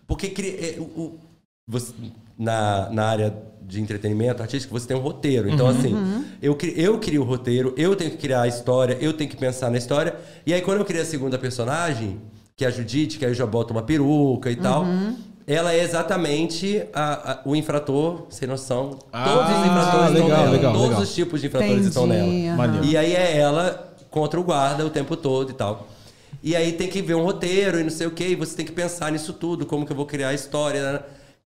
S5: Porque cri- é, o- o- você- na, na área de entretenimento artístico, você tem um roteiro. Então,
S3: Uhum.
S5: assim, eu, cri- eu crio o roteiro, eu tenho que criar a história, eu tenho que pensar na história. E aí, quando eu criei a segunda personagem, que é a Judite, que aí eu já boto uma peruca e tal.
S3: Uhum.
S5: Ela é exatamente a- a- o infrator sem noção. Todos os infratores
S2: Ah, legal,
S5: estão nela.
S2: legal,
S5: Todos
S2: legal.
S5: os tipos de infratores estão
S3: Entendi,
S5: nela.
S3: aham.
S2: Maneiro.
S5: E aí é ela contra o guarda o tempo todo e tal. E aí tem que ver um roteiro e não sei o quê, e você tem que pensar nisso tudo, como que eu vou criar a história. né?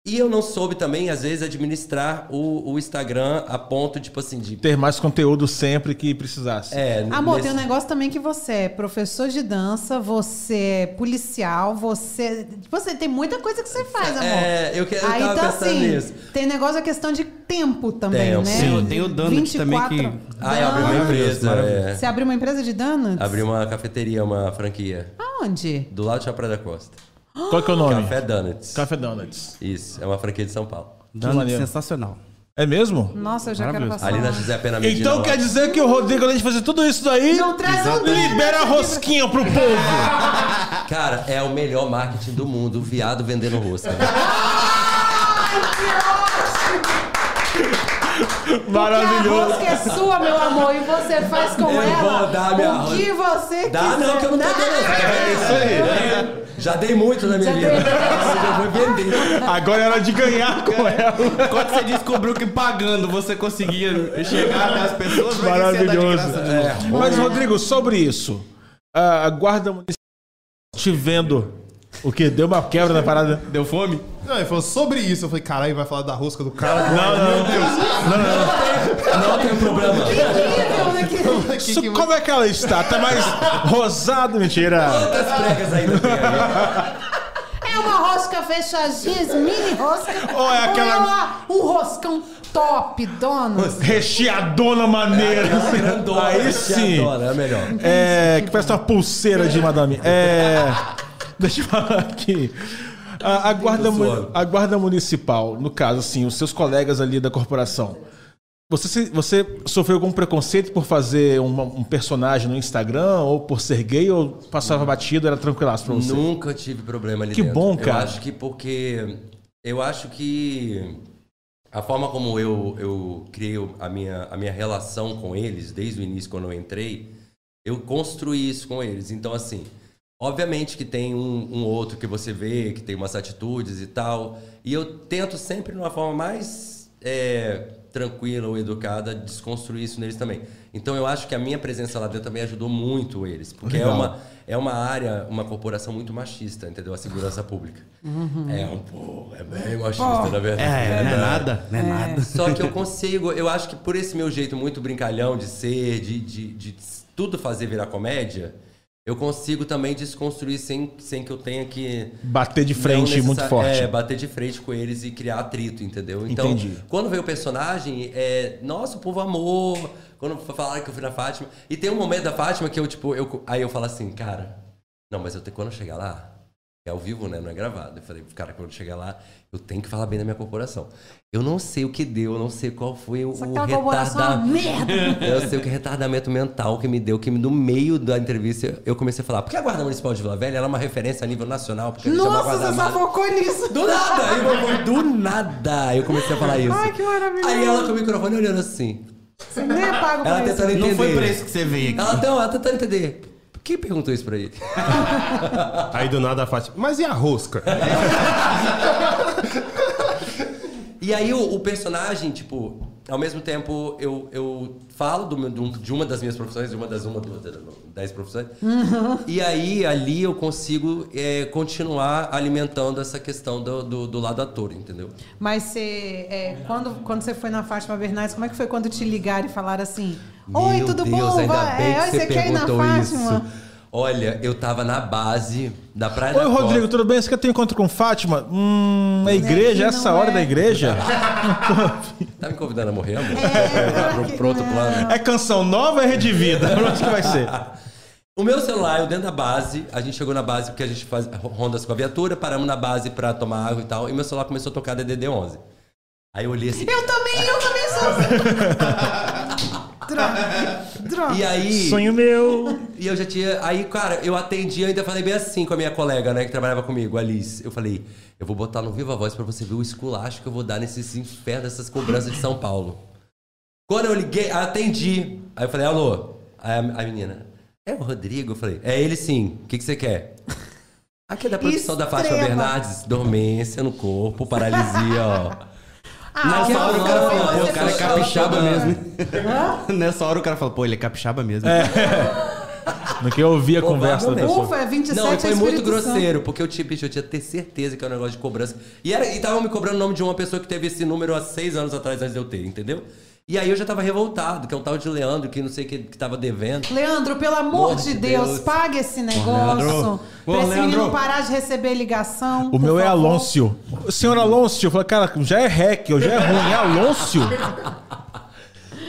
S5: E eu não soube também, às vezes, administrar o, o Instagram a ponto, tipo assim, de.
S2: Ter mais conteúdo sempre que precisasse.
S5: É,
S3: Amor,
S5: nesse-
S3: tem um negócio também que você é professor de dança, você é policial, você. Você tem muita coisa que você faz, amor. tá assim,
S5: É, eu que- eu tava pensando nisso.
S3: Tem negócio a questão de tempo também,
S5: Tempo.
S3: né?
S4: Sim. Tem o Donut também que-
S3: um
S5: Ah, eu abri uma
S3: Donuts.
S5: empresa. é.
S3: Você abriu uma empresa de donuts?
S5: Abri uma cafeteria, uma franquia.
S3: Aonde?
S5: Do lado de Praia da Costa.
S2: Qual que é o nome?
S5: Café Donuts.
S2: Café Donuts.
S5: Isso, é uma franquia de São Paulo.
S4: Donut
S2: maneiro.
S4: sensacional.
S2: É mesmo?
S3: Nossa, eu já quero
S4: Maravilhoso.
S3: passar.
S5: Ali na
S3: lá.
S5: José Pena Medina.
S2: Então
S5: lá.
S2: quer dizer que o Rodrigo, além de fazer tudo isso daí,
S3: Não traz um dedo
S2: libera a
S3: nessa
S2: rosquinha pro povo.
S5: Cara, é o melhor marketing do mundo, o viado vendendo rosca. né?
S3: Que a
S2: Maravilhoso.
S3: rosca é sua, meu amor, e você faz com
S5: Eu
S3: ela
S5: vou dar minha
S3: o que você
S5: Dá
S3: quiser.
S5: não, que eu não tô
S3: Dá.
S5: dando. É isso aí. Já dei muito na minha
S3: Já
S5: vida.
S3: dei.
S5: Eu vou vender.
S2: Agora era de ganhar com ela.
S4: Quando você descobriu que pagando você conseguia chegar até as pessoas, vai que você ia dar de
S2: Maravilhoso. É.
S4: graça de novo.
S2: Mas, Rodrigo, sobre isso, a a guarda municipal te vendo. O que? Deu uma quebra na parada?
S4: Deu fome?
S6: Não, ele falou sobre isso. Eu falei, caralho, vai falar da rosca do cara.
S2: Não, não,
S5: Não tem problema.
S3: Incrível, né? que-
S6: Que que
S2: Su- Como é que ela está? Tá mais rosado, mentira.
S5: Quantas pregas ainda tem aí?
S3: É uma rosca fechadinha, mini rosca.
S2: Ou é aquela-
S3: uma- um roscão top, dona.
S2: Recheadona maneira.
S5: Aquela grandona,
S2: Aí
S5: que
S2: sim.
S5: adora, é melhor.
S2: É, que parece uma pulseira de madame. É, deixa eu falar aqui. A, a guarda, mu-
S5: suor.
S2: a guarda municipal, no caso, assim, os seus colegas ali da corporação. Você, se- você sofreu algum preconceito por fazer uma- um personagem no Instagram ou por ser gay ou passava batido, era tranquilaço pra você?
S5: Nunca tive problema ali
S2: Que
S5: dentro.
S2: bom, cara.
S5: Eu acho que porque... Eu acho que... A forma como eu, eu criei o- a minha, a minha relação com eles, desde o início, quando eu entrei, eu construí isso com eles. Então, assim, obviamente que tem um, um outro que você vê, que tem umas atitudes e tal. E eu tento sempre, de uma forma mais é, tranquila ou educada, desconstruir isso neles também. Então, eu acho que a minha presença lá dentro também ajudou muito eles. Porque é
S2: Legal.
S5: uma, é uma área, uma corporação muito machista, entendeu? A segurança pública. É um pouco, é bem machista, na verdade.
S4: Uhum. É, não é nada,
S6: né?
S4: não é, nada.
S5: Só que eu consigo, eu acho que por esse meu jeito muito brincalhão de ser, de, de, de tudo fazer virar comédia, eu consigo também desconstruir sem, sem que eu tenha que.
S2: Bater de frente
S5: não
S2: muito
S5: necessa-
S2: forte.
S5: É, bater de frente com eles e criar atrito, entendeu? Então,
S2: Entendi.
S5: quando veio o personagem, é. Nossa, o povo amor. Quando falaram que eu fui na Fátima. E tem um momento da Fátima que eu, tipo, eu, aí eu falo assim, cara. Não, mas eu tenho, quando eu chegar lá, é ao vivo, né? Não é gravado. Eu falei, cara, quando eu chegar lá, eu tenho que falar bem da minha corporação. Eu não sei o que deu, eu não sei qual foi o,
S3: Essa
S5: o
S3: aquela corporação é uma
S5: retardamento.
S3: merda.
S5: Eu sei o que é retardamento mental que me deu, que no meio da entrevista eu comecei a falar. Porque a Guarda Municipal de Vila Velha ela é uma referência a nível nacional. Porque eles chamam a é
S3: Nossa,
S5: Guarda
S3: você
S5: Mar-
S3: safocou nisso.
S5: do nada! Eu, do nada! Eu comecei a falar isso.
S3: Ai, que maravilhoso.
S5: Aí ela com o microfone olhando assim.
S3: Você nem é pago
S5: Ela
S3: pra isso.
S5: tentando entender.
S4: Não foi por isso que você veio aqui.
S5: Ela, não, ela tá tentando entender. Quem perguntou isso pra ele?
S6: Aí do nada a Fátima. Mas e a rosca?
S5: E aí o, o personagem, tipo, ao mesmo tempo eu, eu falo do meu- de um- de uma das minhas profissões, de uma das uma, duas, dez profissões.
S3: Uhum.
S5: E aí ali eu consigo é, continuar alimentando essa questão do, do, do lado ator, entendeu?
S3: Mas você, é, quando, quando você foi na Fátima Bernardes, como é que foi quando te ligaram e falaram assim? Oi,
S5: Meu
S3: tudo
S5: Deus,
S3: bom?
S5: ainda
S3: Vai-
S5: bem
S3: é,
S5: que
S3: oi,
S5: você
S3: quer ir na
S5: perguntou
S3: Fátima?
S5: isso. Olha, eu tava na base da Praia
S2: Oi,
S5: da
S2: Rodrigo,
S5: Costa.
S2: tudo bem? Você quer ter um encontro com Fátima? Hum, a igreja,
S3: não
S2: essa hora
S3: é.
S2: da igreja?
S5: Tá me convidando a morrer, amor?
S3: claro
S5: pro,
S3: que
S5: pro outro
S3: não.
S5: plano.
S2: É canção nova ou é redivida? Pra onde que vai ser?
S5: O meu celular, eu dentro da base, a gente chegou na base porque a gente faz rondas com a viatura, paramos na base pra tomar água e tal, e meu celular começou a tocar DDD11. Aí eu olhei assim.
S3: Eu também, eu também sou assim. Droga, droga.
S5: E aí.
S2: Sonho meu.
S5: E eu já tinha. Aí, cara, eu atendi, eu ainda falei bem assim com a minha colega, né, que trabalhava comigo, a Alice. Eu falei, eu vou botar no Viva Voz pra você ver o esculacho que eu vou dar nesses infernos, essas cobranças de São Paulo. Quando eu liguei, atendi. Aí eu falei, alô? Aí a, a menina, é o Rodrigo? Eu falei, é ele sim. O que, que você quer? Aqui é da produção da Fátima
S3: Extrema.
S5: Bernardes. Dormência no corpo, paralisia, ó.
S3: Ah,
S4: Nessa
S3: Mauro,
S4: hora o cara
S3: foi
S4: fala,
S3: você
S4: pô, o cara é
S3: que
S4: capixaba
S3: falou.
S4: mesmo. Nessa hora o cara fala, pô, ele é capixaba mesmo.
S2: Não quer ouvir a conversa da pessoa.
S3: Ufa, é 27
S5: Não, e
S3: é
S5: foi muito
S3: Espírito Santo.
S5: grosseiro, porque eu tinha, bicho, eu tinha ter certeza que era um negócio de cobrança. E, era, e tava me cobrando o nome de uma pessoa que teve esse número há seis anos atrás antes de eu ter, entendeu? E aí eu já tava revoltado, que é um tal de Leandro, que não sei o que, que tava devendo.
S3: Leandro, pelo amor de Deus, pague esse negócio.
S4: Leandro. Ô,
S3: Pra esse
S4: Leandro.
S3: menino parar de receber ligação.
S2: O
S3: por
S2: meu é
S3: favor.
S2: Alôncio. Senhor Alôncio, eu falei, cara, já é hack, eu já é ruim. É Alôncio?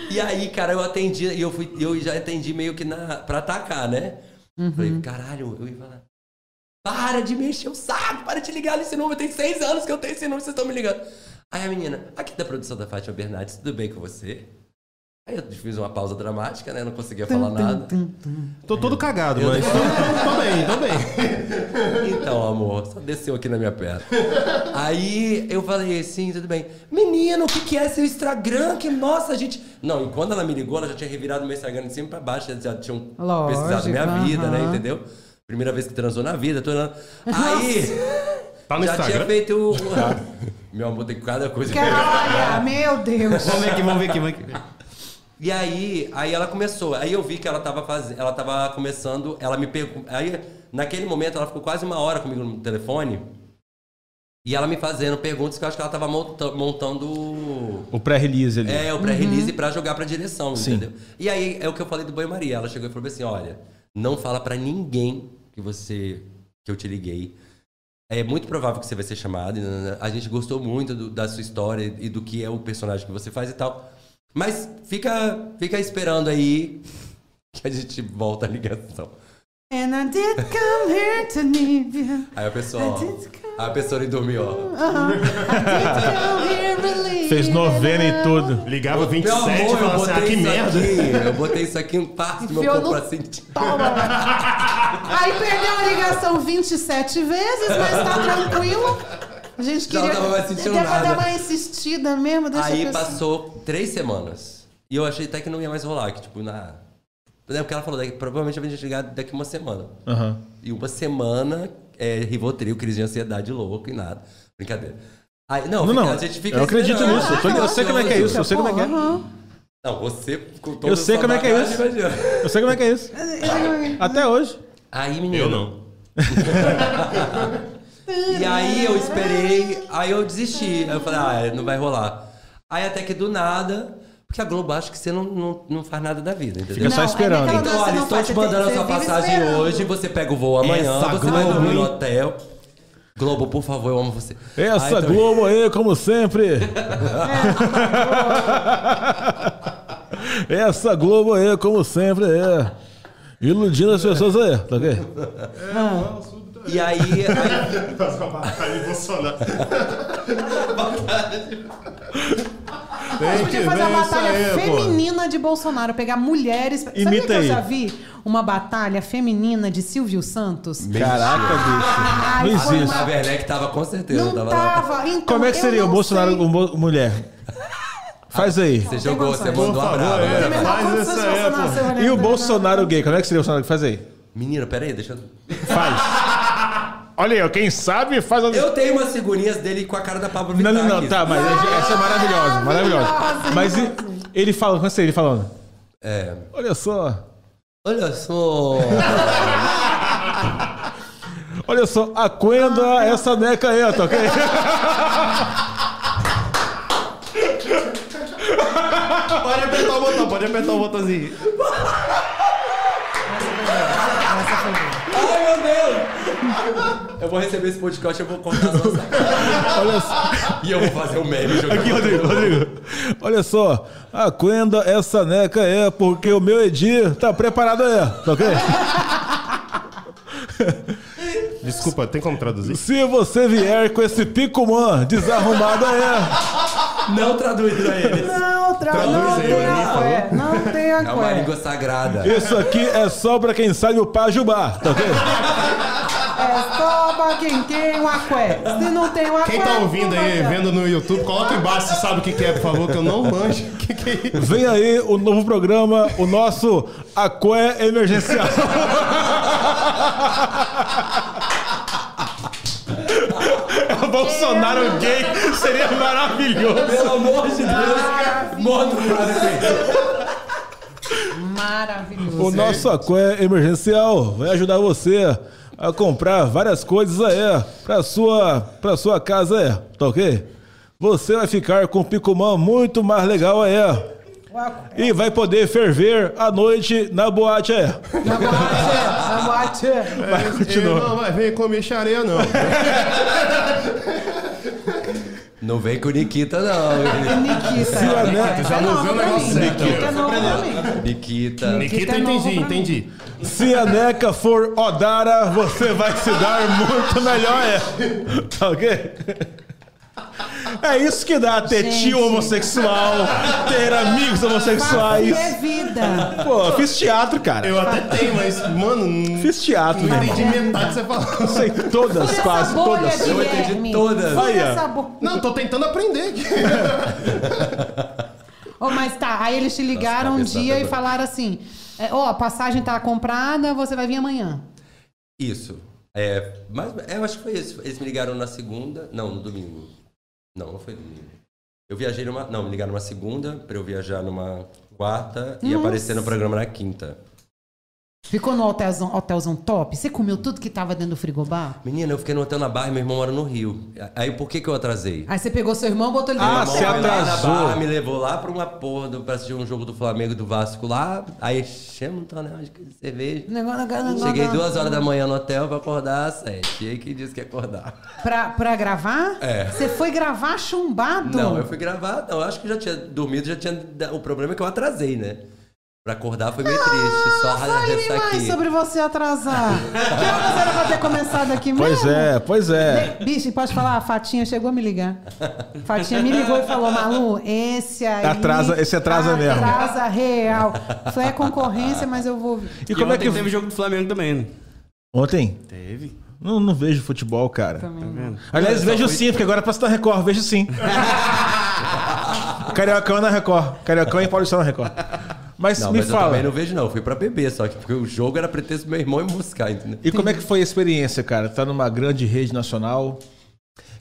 S5: E aí, cara, eu atendi, e eu, fui, eu já atendi meio que na, pra atacar, né? Falei, caralho, eu ia falar. Para de mexer o saco, para de ligar nesse número. Tem seis anos que eu tenho esse número, vocês estão me ligando. Aí a menina, aqui da produção da Fátima Bernardes, tudo bem com você? Aí eu fiz uma pausa dramática, né? Não conseguia falar nada.
S6: Tô todo cagado, mas tô, tô- tô bem, tô bem.
S5: Então, amor, só desceu aqui na minha perna. Aí eu falei assim, tudo bem. Menino, o que, que é seu Instagram? Que nossa, gente. Não, e quando ela me ligou, ela já tinha revirado meu Instagram de cima pra baixo, já- já tinham
S3: Lógico,
S5: pesquisado minha
S3: aham.
S5: vida, né? Entendeu? Primeira vez que transou na vida, tô Aí.
S6: Tá no
S5: já tinha
S6: Instagram?
S5: feito o. o- Meu amor, tem cada coisa
S3: Cara, meu Deus.
S4: Vamos ver aqui, vamos ver aqui, vamos ver aqui.
S5: E aí, aí ela começou. Aí eu vi que ela tava fazendo, ela tava começando, ela me perguntou. Aí, naquele momento, ela ficou quase uma hora comigo no telefone. E ela me fazendo perguntas que eu acho que ela tava monta- montando
S2: O pré-release ali.
S5: é, o
S3: Uhum.
S5: pré-release pra jogar pra direção, entendeu? E aí é o que eu falei do banho-maria. Ela chegou e falou assim: olha, não fala pra ninguém que você. que eu te liguei. É muito provável que você vai ser chamado. e nananã. A gente gostou muito do- da sua história e do que é o personagem que você faz e tal. Mas fica, fica esperando aí que a gente volta a ligação.
S3: And I did come here to leave you.
S5: Aí a pessoa. ó, Aí a pessoa dormiu,
S3: Ah.
S5: ó.
S3: Come here, believe
S2: Fez novena
S3: it.
S2: e tudo.
S6: Ligava
S5: Meu
S6: 27 e
S5: amor, eu
S6: falava assim, ah,
S5: botei
S6: que
S5: isso
S6: merda.
S5: aqui. Eu botei isso aqui um passo do meu
S3: Enfiou
S5: corpo assim, tipo.
S3: no-
S5: pra sentir.
S3: Toma. Aí perdeu a ligação 27 vezes, mas tá tranquilo. A gente
S5: Não,
S3: queria.
S5: tava mais sentindo
S3: Deve
S5: nada.
S3: dar uma insistida mesmo. Deixa a
S5: Aí
S3: pessoa-
S5: passou três semanas. E eu achei até que não ia mais rolar, que tipo, na. Né, Porque ela falou, daqui, provavelmente a gente ligar daqui uma semana.
S2: Aham.
S5: E uma semana é Rivotril, crise de ansiedade louco e nada. Brincadeira. Aí, não,
S2: Não,
S5: fica-
S2: não.
S5: a gente fica
S2: Eu acredito
S5: esperando.
S2: nisso. Eu, tô- eu sei como é que é isso. Eu sei como é que é.
S3: Aham.
S5: Não, você com toda
S2: Eu sei
S5: a sua
S2: como é que é
S5: bagagem,
S2: isso.
S5: imagina.
S2: Eu sei como é que é isso. Até hoje.
S5: Aí, menino.
S6: Eu não.
S5: E aí eu esperei, aí eu desisti. Aí eu falei, ah, não vai rolar. Aí até que do nada, porque a Globo acha que você não, não, não faz nada da vida, entendeu?
S2: Fica só
S3: Não, é
S2: esperando.
S3: daquela-
S5: Então,
S3: Não, você
S5: olha,
S3: não
S5: estou
S3: faz,
S5: te
S3: você tem-
S5: mandando a
S3: você
S5: sua
S3: vive
S5: passagem
S3: esperando.
S5: hoje, você pega o voo amanhã,
S6: Essa
S5: você vai
S6: Globo,
S5: dormir no
S6: hein?
S5: hotel. Globo, por favor, eu amo você.
S2: Essa
S5: Aí então, também-
S2: Globo aí, como sempre.
S3: É.
S2: Essa Globo aí, como sempre, é. Iludindo as pessoas aí, tá ok?
S5: E aí, aí-
S6: Faz uma batalha emocionada. Tem
S3: Podia fazer uma batalha
S6: pô.
S3: feminina de Bolsonaro, pegar mulheres. Sabe
S2: Imita
S3: que eu
S2: aí.
S3: já vi uma batalha feminina de Silvio Santos?
S2: Caraca, bicho.
S3: Ai,
S2: Não
S3: foi
S2: existe.
S5: a
S3: uma-
S5: Werneck tava com certeza.
S3: Não
S5: tava lá.
S3: tava. Então,
S2: Como é que
S3: eu
S2: seria o
S3: não
S2: Bolsonaro
S3: sei.
S2: com mu- mulher? Faz aí.
S5: Você
S3: Não, tem
S5: jogou,
S3: condições.
S5: você mandou um
S6: Por
S5: a
S6: favor,
S5: brava.
S6: é.
S3: Tem a menor
S6: Faz
S3: condição
S6: essa
S3: de
S6: aí,
S3: Bolsonaro
S6: pô.
S3: ser olhado
S2: E o
S3: pra-
S2: Bolsonaro gay? Como é que seria o Bolsonaro gay? Faz aí.
S5: Menina, pera aí, deixa eu...
S2: Faz. Olha aí, ó, quem sabe faz... a-
S5: Eu tenho umas figurinhas dele com a cara da Pablo
S2: Não,
S5: Vittar
S2: não, não,
S5: aqui.
S2: tá, mas essa é maravilhosa, maravilhosa.
S3: Maravilhosa.
S2: Mas e- ele fala, como é que seria ele falando?
S5: É.
S2: Olha só,
S5: Olha só.
S2: olha só, aquenda essa neca aí, ó, tá ok?
S6: Pode apertar o botão, pode apertar o botãozinho.
S5: Ai, meu Deus. Eu vou receber esse podcast, eu vou cortar as nossas
S2: Olha só.
S5: E eu vou fazer o meme. jogar.
S2: Aqui, Rodrigo, Rodrigo. Olha só, aquenda essa neca é porque o meu Edir tá preparado aí, tá ok?
S6: Desculpa, tem como traduzir?
S2: Se você vier com esse picumã desarrumado aí,
S5: Não traduz pra eles.
S3: Não, tra... não
S6: Traduz aí,
S3: tem a
S6: Aninha,
S3: cué. Não tem
S5: É
S3: a
S5: uma
S3: cué.
S5: língua sagrada.
S2: isso aqui é só pra quem sabe o Pajubá, tá ok?
S3: É só pra quem tem uma cué. Se não tem uma cué.
S6: Quem tá
S3: não
S6: ouvindo
S3: vai
S6: aí,
S3: ter.
S6: vendo no YouTube, coloca embaixo se sabe o que que é, por favor, que eu não manjo. O que que é isso?
S2: Vem aí o novo programa, o nosso Aqué Emergencial. É o Bolsonaro gay, seria maravilhoso.
S5: Pelo amor de Deus. Morre no prazer.
S3: Maravilhoso.
S2: O nosso Aqué Emergencial vai ajudar você a comprar várias coisas aí pra sua, pra sua casa aí, tá ok? Você vai ficar com um picumã muito mais legal aí.
S3: Uma-
S2: E vai poder ferver à noite na boate aí.
S3: Na boate, na boate.
S2: Vai, continua.
S6: Ele não vai vir comer xareia, não.
S5: Não vem com Nikita, não.
S3: Nikita. Tá
S2: Se a Neto
S6: já
S3: não
S6: usou o negócio certo,
S3: Nikita é novo pra mim.
S5: Nikita.
S6: Nikita,
S3: é novo
S6: entendi,
S3: pra mim.
S6: entendi.
S2: Se a Neca for Odara, você vai se dar muito melhor, é. Tá ok? É isso que dá ter
S3: Gente.
S2: tio homossexual, ter amigos homossexuais.
S3: Faça vida.
S2: Pô, eu fiz teatro, cara. Eu
S6: Eu até tenho, mas, mano, não
S2: fiz teatro, meu irmão.
S6: entendi metade que você falou.
S2: Sei todas,
S3: Essa
S2: quase
S3: bolha,
S2: todas.
S5: Eu
S3: Guilherme.
S5: entendi todas.
S3: Fura
S2: Aí, ó.
S3: essa bolha.
S6: Não, tô tentando aprender aqui.
S3: Ô, mas tá, aí eles te ligaram
S5: Nossa,
S3: um
S5: cabeça
S3: dia e
S5: doida.
S3: falaram assim: é, ó, a passagem tá comprada, você vai vir amanhã.
S5: Isso. É, mas é, eu acho que foi isso. Eles me ligaram na segunda. Não, no domingo. Não, não foi domingo. Eu viajei numa. Não, me ligaram numa segunda pra eu viajar numa quarta e aparecer no programa na quinta.
S3: Ficou no hotelzão, hotelzão top? Você comeu tudo que tava dentro do frigobar?
S5: Menina, eu fiquei no hotel na Barra, meu irmão mora no Rio. Aí por que, que eu atrasei?
S3: Aí você pegou seu irmão, botou ele
S2: Ah,
S3: dentro
S5: Meu
S3: do
S2: você
S5: irmão foi
S3: frigobar.
S5: lá na
S2: atrasou.
S5: Barra, me levou lá pra uma porra do, pra assistir um jogo do Flamengo e do Vasco lá. Aí chama um tonel de cerveja.
S3: Negócio- negócio-
S5: Cheguei duas horas da manhã no hotel pra acordar às sete. E aí quem disse que ia acordar?
S3: Pra, pra gravar?
S5: É.
S3: Você foi gravar chumbado?
S5: Não, eu fui gravar. Não, eu acho que já tinha dormido, já tinha. da- O problema é que eu atrasei, né? Pra acordar foi meio triste.
S2: Ah,
S5: Só
S3: Fale-me
S5: arrastar
S3: mais
S5: aqui.
S3: sobre você atrasar. que horas era pra ter começado aqui mesmo?
S2: Pois é, pois é.
S3: Le- Bicho, pode falar? A Fatinha chegou a me ligar. Fatinha me ligou e falou: Malu, esse aí.
S2: Atrasa- esse atrasa mesmo."
S3: Atrasa real. Foi a concorrência, mas eu vou.
S2: E como é que.
S4: teve jogo do Flamengo também, né?
S2: Ontem?
S4: Teve.
S2: Não, não vejo futebol, cara.
S4: Tá vendo?
S2: Aliás, vejo sim, porque agora passa na Record, vejo sim. Cariocão na Record. Cariocão e Paulistão na Record. Mas
S5: Não,
S2: me
S5: mas eu
S2: fala.
S5: também não vejo, não. Eu fui pra beber, só que porque o jogo era pretexto do meu irmão ir me buscar, entendeu?
S2: E como é que foi a experiência, cara? Tá numa grande rede nacional.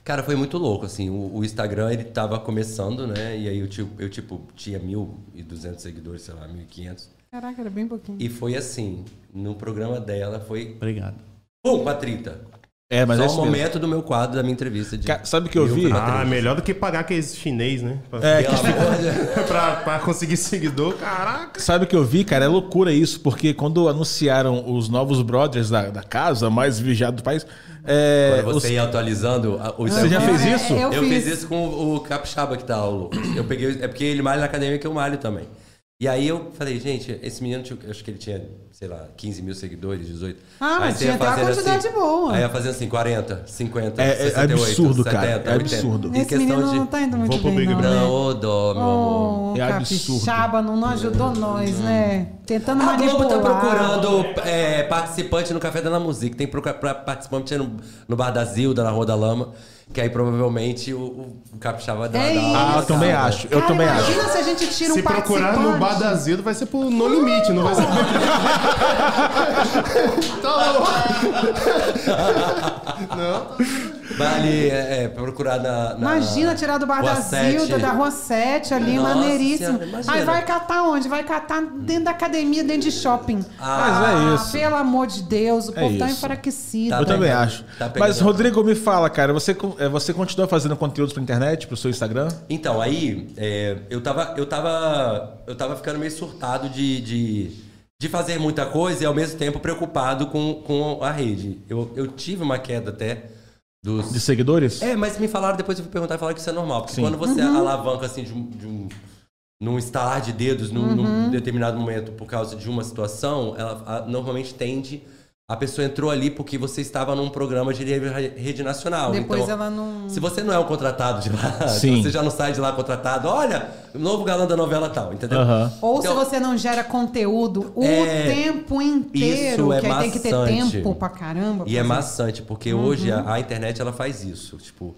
S5: Cara, foi muito louco, assim, o, o Instagram, ele tava começando, né, e aí eu, tipo, eu, tipo tinha 1.200 seguidores, sei lá, 1.500,
S3: Caraca, era bem pouquinho.
S5: e foi assim, no programa dela foi,
S4: Obrigado.
S5: pum, pra 30.
S2: É, mas
S5: Só
S2: é
S5: o
S2: isso mesmo.
S5: momento do meu quadro, da minha entrevista. De
S2: Ca- sabe o que eu
S5: mil
S2: vi?
S5: pra
S6: Ah,
S5: 30.
S6: melhor do que pagar aqueles chinês, né? Pra,
S2: É,
S5: Pelo amor de-
S6: pra, pra conseguir seguidor, caraca.
S2: Sabe o que eu vi, cara? É loucura isso, porque quando anunciaram os novos brothers da, da casa, mais vigiado do país, é,
S5: Quando você
S2: os-
S5: ia atualizando... a- o
S2: Você já
S5: Instagram-
S2: fez isso?
S3: É,
S5: Eu,
S3: eu
S5: fiz.
S3: fiz.
S5: isso com o Capixaba que tá ao Lucas. Eu peguei, é porque ele malha na academia que eu malho também. E aí eu falei, gente, esse menino, tinha- eu acho que ele tinha, sei lá, 15 mil seguidores, 18.
S3: Ah, mas
S5: Aí você
S3: tinha
S5: ia
S3: até uma
S5: fazendo
S3: quantidade
S5: assim,
S3: boa.
S5: Aí ia fazendo assim, 40, 50,
S2: É- é
S5: 68,
S2: absurdo,
S5: 70,
S2: cara, é
S5: 80.
S2: absurdo.
S5: Em
S3: Esse
S5: questão
S3: menino
S5: de...
S3: não tá indo muito
S6: Vou pro
S3: bem,
S6: Big
S3: não.
S6: Brother.
S3: né?
S5: Ô, dó, meu
S3: Ô,
S5: amor.
S2: É absurdo.
S3: capixaba não, não ajudou nós, né? Tentando
S5: A
S3: manipular.
S5: Globo tá procurando é, participante no Café da La Musique. Tem proca- pra- participante no, no Bar da Zilda, na Rua da Lama. Que aí provavelmente o, o capixaba dá.
S3: É
S5: dá uma
S3: isso.
S2: Ah, eu também
S5: caçada.
S2: acho. Eu
S5: Tá
S2: também acho.
S3: imagina se a gente tira
S6: Se
S3: um
S6: procurar no
S3: participante.
S6: Badazido, vai ser pro No Limite, não vai ser pro... tá louco?
S5: Vale é, é, procurar na, na-
S3: Imagina tirar do bar
S5: Ah, Rua
S3: da Zilda,
S5: 7.
S3: da Rua 7 ali,
S5: Nossa
S3: maneiríssimo.
S5: Senhora, imagina.
S3: Aí vai catar onde? Vai catar dentro da academia, dentro de shopping.
S5: Ah,
S2: Mas
S3: Ah,
S2: é isso.
S3: Pelo amor de Deus, o
S2: É
S3: povo tá
S2: isso.
S3: enfraquecido.
S5: Tá
S2: eu
S5: bem.
S2: também
S5: pegando,
S2: acho.
S5: tá pegando.
S2: Mas, Rodrigo, me fala, cara, você, co- eh, você continua fazendo conteúdos pra internet, pro seu Instagram?
S5: Então, aí é, eu, tava, eu, tava, eu tava ficando meio surtado de, de, de fazer muita coisa e ao mesmo tempo preocupado com, com a rede. Eu, eu tive uma queda até dos.
S2: De seguidores?
S5: É, mas me falaram, depois eu fui perguntar e falaram que isso é normal. Porque
S2: Sim.
S5: quando você
S3: Uhum.
S5: alavanca assim de um. De um num estalar de dedos, num,
S3: Uhum.
S5: num determinado momento, por causa de uma situação, ela a- normalmente tende. A pessoa entrou ali porque você estava num programa de rede, rede nacional.
S3: Depois
S5: então,
S3: ela não-
S5: Se você não é um contratado de lá,
S2: Sim.
S5: se você já não sai de lá contratado, olha, novo galã da novela tal, entendeu?
S2: Aham.
S3: Ou
S5: Então-
S3: se você não gera conteúdo o
S5: É,
S3: tempo inteiro,
S5: isso é
S3: que aí tem que ter
S5: maçante.
S3: tempo pra caramba. Uhum.
S5: E é
S3: pra-
S5: maçante, porque hoje a, a internet ela faz isso. Tipo,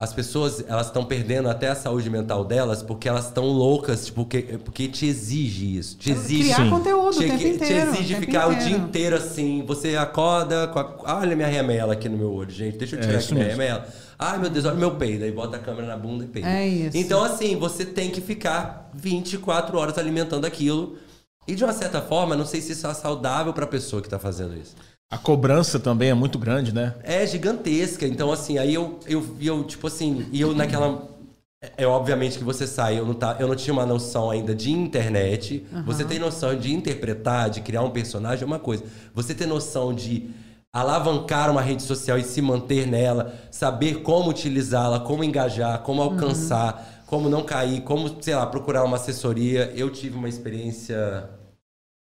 S5: as pessoas elas estão perdendo até a saúde mental delas porque elas estão loucas, tipo, porque, porque te exige isso. Te exige.
S3: É, Criar conteúdo
S5: te,
S3: o tempo
S5: te
S3: inteiro.
S5: exige
S3: o tempo
S5: ficar o
S3: inteiro.
S5: dia inteiro assim. Você acorda com a. Olha minha remela aqui no meu olho, gente. Deixa eu tirar
S2: É isso
S5: aqui minha
S2: mesmo.
S5: remela. Ai, meu Deus, olha meu peido. Aí bota a câmera na bunda e peida.
S3: É isso.
S5: Então, assim, você tem que ficar 24 horas alimentando aquilo. E de uma certa forma, não sei se isso é saudável pra pessoa que tá fazendo isso.
S2: A cobrança também é muito grande, né?
S5: É gigantesca. Então, assim, aí eu, eu, eu tipo assim, e eu naquela. é- É obviamente que você sai, eu não, tá, eu não tinha uma noção ainda de internet. Você tem noção de interpretar, de criar um personagem é uma coisa. Você tem noção de alavancar uma rede social e se manter nela, saber como utilizá-la, como engajar, como alcançar, como não cair, como, sei lá, procurar uma assessoria. Eu tive uma experiência